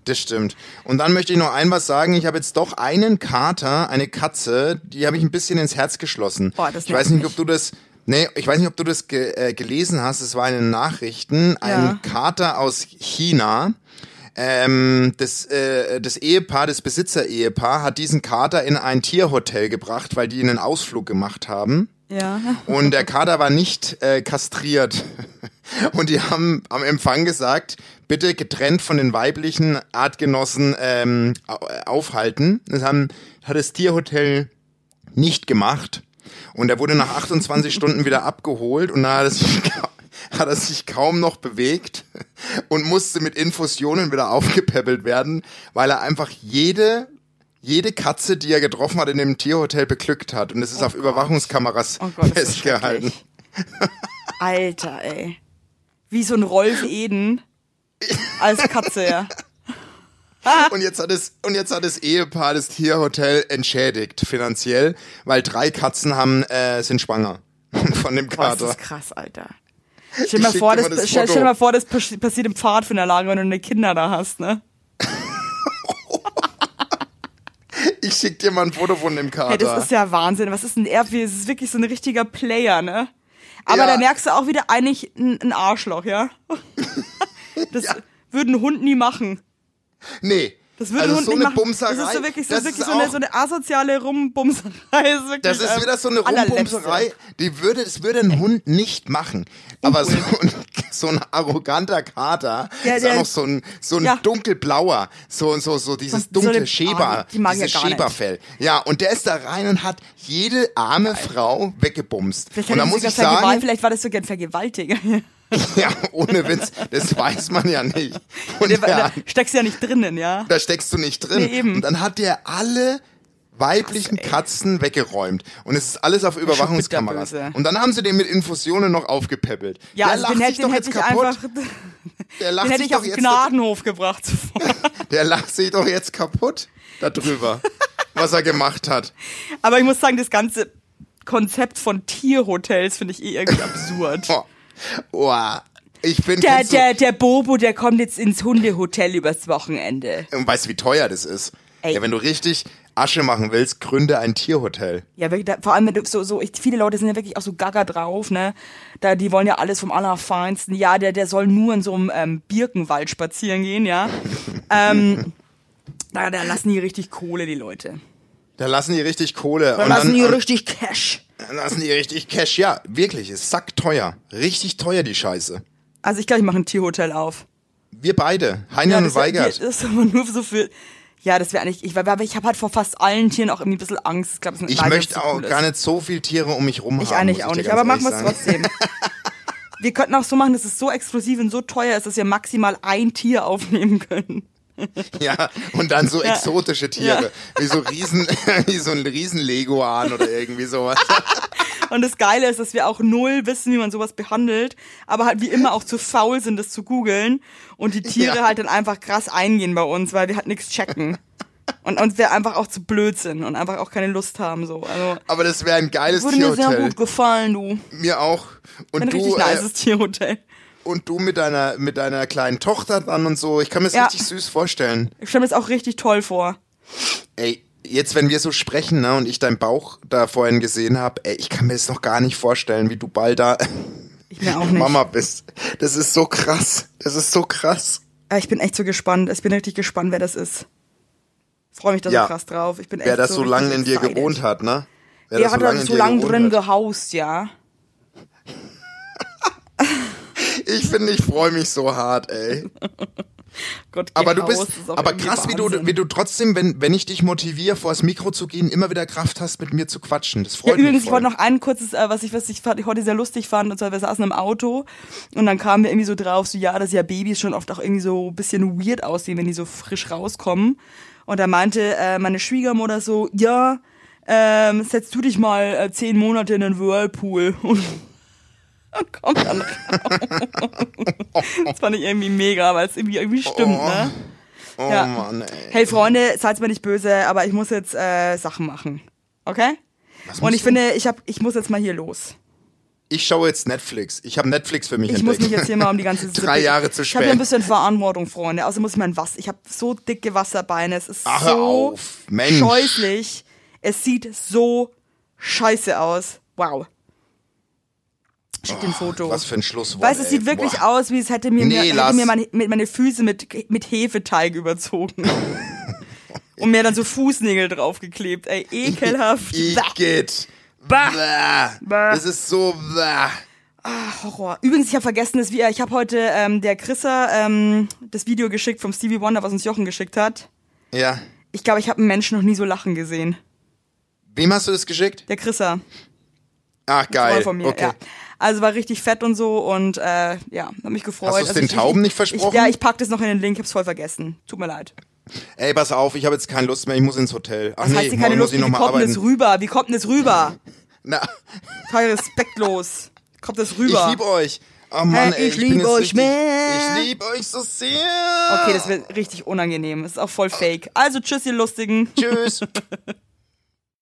[SPEAKER 1] Das stimmt. Und dann möchte ich noch ein was sagen. Ich habe jetzt doch einen Kater, eine Katze, die habe ich ein bisschen ins Herz geschlossen.
[SPEAKER 2] Boah, das
[SPEAKER 1] ich weiß
[SPEAKER 2] nervt
[SPEAKER 1] nicht, ob du das. Nee, ich weiß nicht, ob du das ge äh, gelesen hast. Es war in den Nachrichten.
[SPEAKER 2] Ja.
[SPEAKER 1] Ein Kater aus China. Ähm, das, äh, das Ehepaar, das Besitzer-Ehepaar, hat diesen Kater in ein Tierhotel gebracht, weil die einen Ausflug gemacht haben.
[SPEAKER 2] Ja.
[SPEAKER 1] Und der Kader war nicht äh, kastriert. Und die haben am Empfang gesagt, bitte getrennt von den weiblichen Artgenossen ähm, au- äh, aufhalten. Das haben, hat das Tierhotel nicht gemacht. Und er wurde nach 28 Stunden wieder abgeholt und da hat er sich, ka- hat er sich kaum noch bewegt und musste mit Infusionen wieder aufgepäppelt werden, weil er einfach jede, jede Katze, die er getroffen hat, in dem Tierhotel beglückt hat. Und es ist auf Überwachungskameras
[SPEAKER 2] Oh Gott, das ist so
[SPEAKER 1] festgehalten.
[SPEAKER 2] schrecklich. Alter, ey. Wie so ein Rolf Eden als Katze, ja. Ah.
[SPEAKER 1] Und jetzt, hat es, und jetzt hat das Ehepaar das Tierhotel entschädigt finanziell, weil drei Katzen haben, äh, sind schwanger von dem
[SPEAKER 2] Boah, ist
[SPEAKER 1] Kater.
[SPEAKER 2] das krass, Alter. Stell dir
[SPEAKER 1] Ich
[SPEAKER 2] mal
[SPEAKER 1] schick
[SPEAKER 2] vor,
[SPEAKER 1] dir
[SPEAKER 2] das,
[SPEAKER 1] mal das
[SPEAKER 2] stell,
[SPEAKER 1] Foto.
[SPEAKER 2] stell dir mal vor, das passi- passiert im Pfadfinderlager, wenn du eine Kinder da hast, ne?
[SPEAKER 1] Ich schick dir mal ein Foto von dem Kater.
[SPEAKER 2] Hey, das ist ja Wahnsinn. Was ist denn er? wie- Das ist wirklich so ein richtiger Player, ne? Aber
[SPEAKER 1] Ja.
[SPEAKER 2] da merkst du auch wieder eigentlich ein, ein Arschloch, ja? Das würde ein Hund nie machen.
[SPEAKER 1] Nee.
[SPEAKER 2] Das würde
[SPEAKER 1] also
[SPEAKER 2] ein Hund
[SPEAKER 1] so
[SPEAKER 2] nie
[SPEAKER 1] eine
[SPEAKER 2] machen.
[SPEAKER 1] Bumserei.
[SPEAKER 2] Das ist so wirklich so,
[SPEAKER 1] das
[SPEAKER 2] wirklich
[SPEAKER 1] ist
[SPEAKER 2] so, eine,
[SPEAKER 1] auch-
[SPEAKER 2] so eine asoziale Rumbumserei. Ist wirklich,
[SPEAKER 1] das ist
[SPEAKER 2] ähm,
[SPEAKER 1] wieder so eine
[SPEAKER 2] allerletzte.
[SPEAKER 1] Rumbumserei, die würde, das würde ein Hund nicht machen.
[SPEAKER 2] Oh
[SPEAKER 1] Aber so ein, so ein arroganter Kater
[SPEAKER 2] Ja,
[SPEAKER 1] ist auch
[SPEAKER 2] der-
[SPEAKER 1] noch so ein, so ein
[SPEAKER 2] Ja.
[SPEAKER 1] dunkelblauer, so, so, so dieses
[SPEAKER 2] So- so
[SPEAKER 1] dunkle
[SPEAKER 2] eine-
[SPEAKER 1] Schäber,
[SPEAKER 2] ah, die mag ich
[SPEAKER 1] dieses
[SPEAKER 2] ja gar nicht.
[SPEAKER 1] Schäberfell. Ja, und der ist da rein und hat jede arme Frau weggebumst.
[SPEAKER 2] Vielleicht,
[SPEAKER 1] und da
[SPEAKER 2] hat er
[SPEAKER 1] muss
[SPEAKER 2] sogar
[SPEAKER 1] ich sagen,
[SPEAKER 2] vergewalt- vielleicht war das sogar ein Vergewaltiger.
[SPEAKER 1] ja, ohne Witz, das weiß man ja nicht. Und
[SPEAKER 2] Da
[SPEAKER 1] der,
[SPEAKER 2] steckst du ja nicht drinnen, ja?
[SPEAKER 1] da steckst du nicht drin.
[SPEAKER 2] Nee, eben.
[SPEAKER 1] Und dann hat der alle weiblichen Katzen weggeräumt. Und es ist alles auf Überwachungskameras.
[SPEAKER 2] bitterböse.
[SPEAKER 1] Und dann haben sie den mit Infusionen noch aufgepäppelt.
[SPEAKER 2] Ja,
[SPEAKER 1] der
[SPEAKER 2] also
[SPEAKER 1] lacht
[SPEAKER 2] den,
[SPEAKER 1] sich
[SPEAKER 2] hätte- den
[SPEAKER 1] doch
[SPEAKER 2] hätte
[SPEAKER 1] jetzt
[SPEAKER 2] ich
[SPEAKER 1] kaputt.
[SPEAKER 2] einfach,
[SPEAKER 1] der lacht
[SPEAKER 2] den hätte
[SPEAKER 1] sich
[SPEAKER 2] ich auf
[SPEAKER 1] doch
[SPEAKER 2] den
[SPEAKER 1] jetzt
[SPEAKER 2] Gnadenhof gebracht sofort.
[SPEAKER 1] der lacht sich doch jetzt kaputt darüber, was er gemacht hat.
[SPEAKER 2] Aber ich muss sagen, das ganze Konzept von Tierhotels finde ich eh irgendwie absurd.
[SPEAKER 1] Boah. Boah. Oh. Ich bin
[SPEAKER 2] Der,
[SPEAKER 1] kennst du-
[SPEAKER 2] der, der Bobo, der kommt jetzt ins Hundehotel übers Wochenende.
[SPEAKER 1] und weißt du, wie teuer das ist?
[SPEAKER 2] Ey.
[SPEAKER 1] Ja, wenn du richtig Asche machen willst, gründe ein Tierhotel.
[SPEAKER 2] Ja, wirklich, da, vor allem wenn du so, so ich, viele Leute sind ja wirklich auch so gaga drauf, ne? Da, die wollen ja alles vom Allerfeinsten. Ja, der, der soll nur in so einem ähm, Birkenwald spazieren gehen, ja. ähm, da, da lassen die richtig Kohle, die Leute. äh,
[SPEAKER 1] Da lassen die richtig Kohle.
[SPEAKER 2] Da
[SPEAKER 1] und
[SPEAKER 2] lassen
[SPEAKER 1] dann,
[SPEAKER 2] die
[SPEAKER 1] und
[SPEAKER 2] richtig Cash.
[SPEAKER 1] dann lassen die richtig Cash. Ja, wirklich, ist sackteuer. Richtig teuer, die Scheiße.
[SPEAKER 2] Also ich glaube, ich mache ein Tierhotel auf.
[SPEAKER 1] Wir beide, Heinlein
[SPEAKER 2] das
[SPEAKER 1] und
[SPEAKER 2] wär-
[SPEAKER 1] Hm, Weigert.
[SPEAKER 2] Das ist aber nur so für. Ja, das wäre eigentlich. Ich, weil- aber ich habe halt vor fast allen Tieren auch irgendwie ein bisschen Angst. Ich, glaub, es ist
[SPEAKER 1] Ich
[SPEAKER 2] leider,
[SPEAKER 1] möchte
[SPEAKER 2] dass es so
[SPEAKER 1] auch
[SPEAKER 2] cool ist.
[SPEAKER 1] gar nicht so viel Tiere um mich rum
[SPEAKER 2] Ich
[SPEAKER 1] haben.
[SPEAKER 2] eigentlich
[SPEAKER 1] muss
[SPEAKER 2] auch
[SPEAKER 1] dir
[SPEAKER 2] nicht,
[SPEAKER 1] ganz
[SPEAKER 2] aber machen wir
[SPEAKER 1] ehrlich
[SPEAKER 2] es
[SPEAKER 1] sagen.
[SPEAKER 2] trotzdem. wir könnten auch so machen, dass es so exklusiv und so teuer ist, dass wir maximal ein Tier aufnehmen können.
[SPEAKER 1] Ja, und dann so exotische Tiere.
[SPEAKER 2] Ja.
[SPEAKER 1] Wie so Riesen, wie so ein Riesen-Leguan oder irgendwie sowas.
[SPEAKER 2] Und das Geile ist, dass wir auch null wissen, wie man sowas behandelt, aber halt wie immer auch zu faul sind, das zu googeln und die Tiere
[SPEAKER 1] Ja.
[SPEAKER 2] halt dann einfach krass eingehen bei uns, weil wir halt nichts checken. Und, und wir einfach auch zu blöd sind und einfach auch keine Lust haben, so. Also,
[SPEAKER 1] Aber das wäre ein geiles
[SPEAKER 2] würde mir sehr
[SPEAKER 1] Tierhotel.
[SPEAKER 2] gut gefallen, du.
[SPEAKER 1] Mir auch.
[SPEAKER 2] Ein
[SPEAKER 1] Und du,
[SPEAKER 2] richtig
[SPEAKER 1] äh,
[SPEAKER 2] nices Tierhotel.
[SPEAKER 1] und du mit deiner, mit deiner kleinen Tochter dann und so. Ich kann mir das
[SPEAKER 2] Ja.
[SPEAKER 1] richtig süß vorstellen.
[SPEAKER 2] Ich stelle mir das auch richtig toll vor.
[SPEAKER 1] Ey, jetzt, wenn wir so sprechen, ne, und ich deinen Bauch da vorhin gesehen habe, ey, ich kann mir das noch gar nicht vorstellen, wie du bald da
[SPEAKER 2] Ich mir auch nicht.
[SPEAKER 1] Mama bist. Das ist so krass. Das ist so krass.
[SPEAKER 2] Aber Äh, Ich bin echt so gespannt. Ich bin richtig gespannt, wer das ist. Freue mich da
[SPEAKER 1] Ja.
[SPEAKER 2] so krass drauf. Ich bin echt
[SPEAKER 1] Wer das so
[SPEAKER 2] richtig
[SPEAKER 1] lange in dir
[SPEAKER 2] excited.
[SPEAKER 1] gewohnt hat, ne? Wer
[SPEAKER 2] Der hat da so
[SPEAKER 1] dir
[SPEAKER 2] lang
[SPEAKER 1] gewohnt
[SPEAKER 2] drin
[SPEAKER 1] hat.
[SPEAKER 2] gehaust, ja.
[SPEAKER 1] Ich finde, ich freue mich so hart, ey.
[SPEAKER 2] Gott,
[SPEAKER 1] Aber du
[SPEAKER 2] gehaust
[SPEAKER 1] bist,
[SPEAKER 2] ist auch
[SPEAKER 1] aber
[SPEAKER 2] irgendwie
[SPEAKER 1] krass, wie du,
[SPEAKER 2] Wahnsinn.
[SPEAKER 1] wie du trotzdem, wenn, wenn ich dich motiviere, vors Mikro zu gehen, immer wieder Kraft hast, mit mir zu quatschen. Das
[SPEAKER 2] Ja,
[SPEAKER 1] freut mich.
[SPEAKER 2] übrigens, ich
[SPEAKER 1] voll.
[SPEAKER 2] wollte noch ein kurzes, äh, was ich, was ich fand, heute sehr lustig fand, und zwar wir saßen im Auto und dann kamen wir irgendwie so drauf, so ja, dass ja Babys schon oft auch irgendwie so ein bisschen weird aussehen, wenn die so frisch rauskommen. Und da meinte äh, meine Schwiegermutter so, ja, ähm, setz du dich mal äh, zehn Monate in den Whirlpool und und kommt dann raus. Das fand ich irgendwie mega, weil es irgendwie, irgendwie stimmt,
[SPEAKER 1] Oh.
[SPEAKER 2] ne?
[SPEAKER 1] Oh
[SPEAKER 2] ja.
[SPEAKER 1] Mann, ey.
[SPEAKER 2] Hey Freunde, seid mir nicht böse, aber ich muss jetzt äh, Sachen machen. Okay? Und
[SPEAKER 1] musst
[SPEAKER 2] ich
[SPEAKER 1] du?
[SPEAKER 2] finde, ich, hab, ich muss jetzt mal hier los.
[SPEAKER 1] Ich schaue jetzt Netflix. Ich habe Netflix für mich
[SPEAKER 2] Ich muss
[SPEAKER 1] entdeckt.
[SPEAKER 2] mich jetzt hier mal um die ganze Sippe-
[SPEAKER 1] Drei Jahre zu
[SPEAKER 2] Ich habe hier ein
[SPEAKER 1] spät.
[SPEAKER 2] bisschen Verantwortung, Freunde. Außerdem muss ich mein Wasser. Ich habe so dicke Wasserbeine. Es ist
[SPEAKER 1] Ach, Ah, hör
[SPEAKER 2] so
[SPEAKER 1] auf. Mensch.
[SPEAKER 2] scheußlich. Es sieht so scheiße aus. Wow. Schick dir ein Foto.
[SPEAKER 1] Ah, Was für ein Schlusswort.
[SPEAKER 2] Weißt du, es
[SPEAKER 1] ey.
[SPEAKER 2] sieht wirklich
[SPEAKER 1] Boah.
[SPEAKER 2] aus, wie es hätte mir,
[SPEAKER 1] Nee,
[SPEAKER 2] mir, hätte
[SPEAKER 1] lass.
[SPEAKER 2] mir meine, mit- meine Füße mit, mit Hefeteig überzogen. Und mir dann so Fußnägel draufgeklebt. Ey, ekelhaft. Bah,
[SPEAKER 1] Ich geht.
[SPEAKER 2] Bah.
[SPEAKER 1] Das ist so. Bah.
[SPEAKER 2] Horror. Übrigens, ich habe vergessen, dass wir, ich habe heute ähm, der Chrissa ähm, das Video geschickt vom Stevie Wonder, was uns Jochen geschickt hat.
[SPEAKER 1] Ja.
[SPEAKER 2] Ich glaube, ich habe einen Menschen noch nie so lachen gesehen.
[SPEAKER 1] Wem hast du das geschickt?
[SPEAKER 2] Der Chrissa,
[SPEAKER 1] Ach geil.
[SPEAKER 2] Freund von mir.
[SPEAKER 1] okay.
[SPEAKER 2] Ja. Also war richtig fett und so und äh, ja, hat mich gefreut.
[SPEAKER 1] Hast du's
[SPEAKER 2] also
[SPEAKER 1] den
[SPEAKER 2] ich-
[SPEAKER 1] Tauben nicht
[SPEAKER 2] ich,
[SPEAKER 1] versprochen?
[SPEAKER 2] Ich, ja, ich pack das noch in den Link, hab's voll vergessen. Tut mir leid.
[SPEAKER 1] Ey, pass auf, ich habe jetzt keine Lust mehr. Ich muss ins Hotel. Ach
[SPEAKER 2] Das
[SPEAKER 1] nee,
[SPEAKER 2] heißt, sie
[SPEAKER 1] morgen
[SPEAKER 2] keine
[SPEAKER 1] muss
[SPEAKER 2] Lust,
[SPEAKER 1] ich
[SPEAKER 2] wie
[SPEAKER 1] noch
[SPEAKER 2] kommt
[SPEAKER 1] mal
[SPEAKER 2] denn das
[SPEAKER 1] arbeiten.
[SPEAKER 2] rüber? Wie kommt denn das rüber?
[SPEAKER 1] Na,
[SPEAKER 2] Total respektlos. Kommt das
[SPEAKER 1] ich
[SPEAKER 2] rüber?
[SPEAKER 1] liebe euch. Oh
[SPEAKER 2] Hey,
[SPEAKER 1] Mann, ey,
[SPEAKER 2] ich
[SPEAKER 1] bin
[SPEAKER 2] lieb
[SPEAKER 1] jetzt
[SPEAKER 2] euch
[SPEAKER 1] richtig-
[SPEAKER 2] mehr.
[SPEAKER 1] Ich liebe euch so sehr.
[SPEAKER 2] okay, das wird richtig unangenehm. Das ist auch voll fake. Also tschüss, ihr Lustigen.
[SPEAKER 1] Tschüss.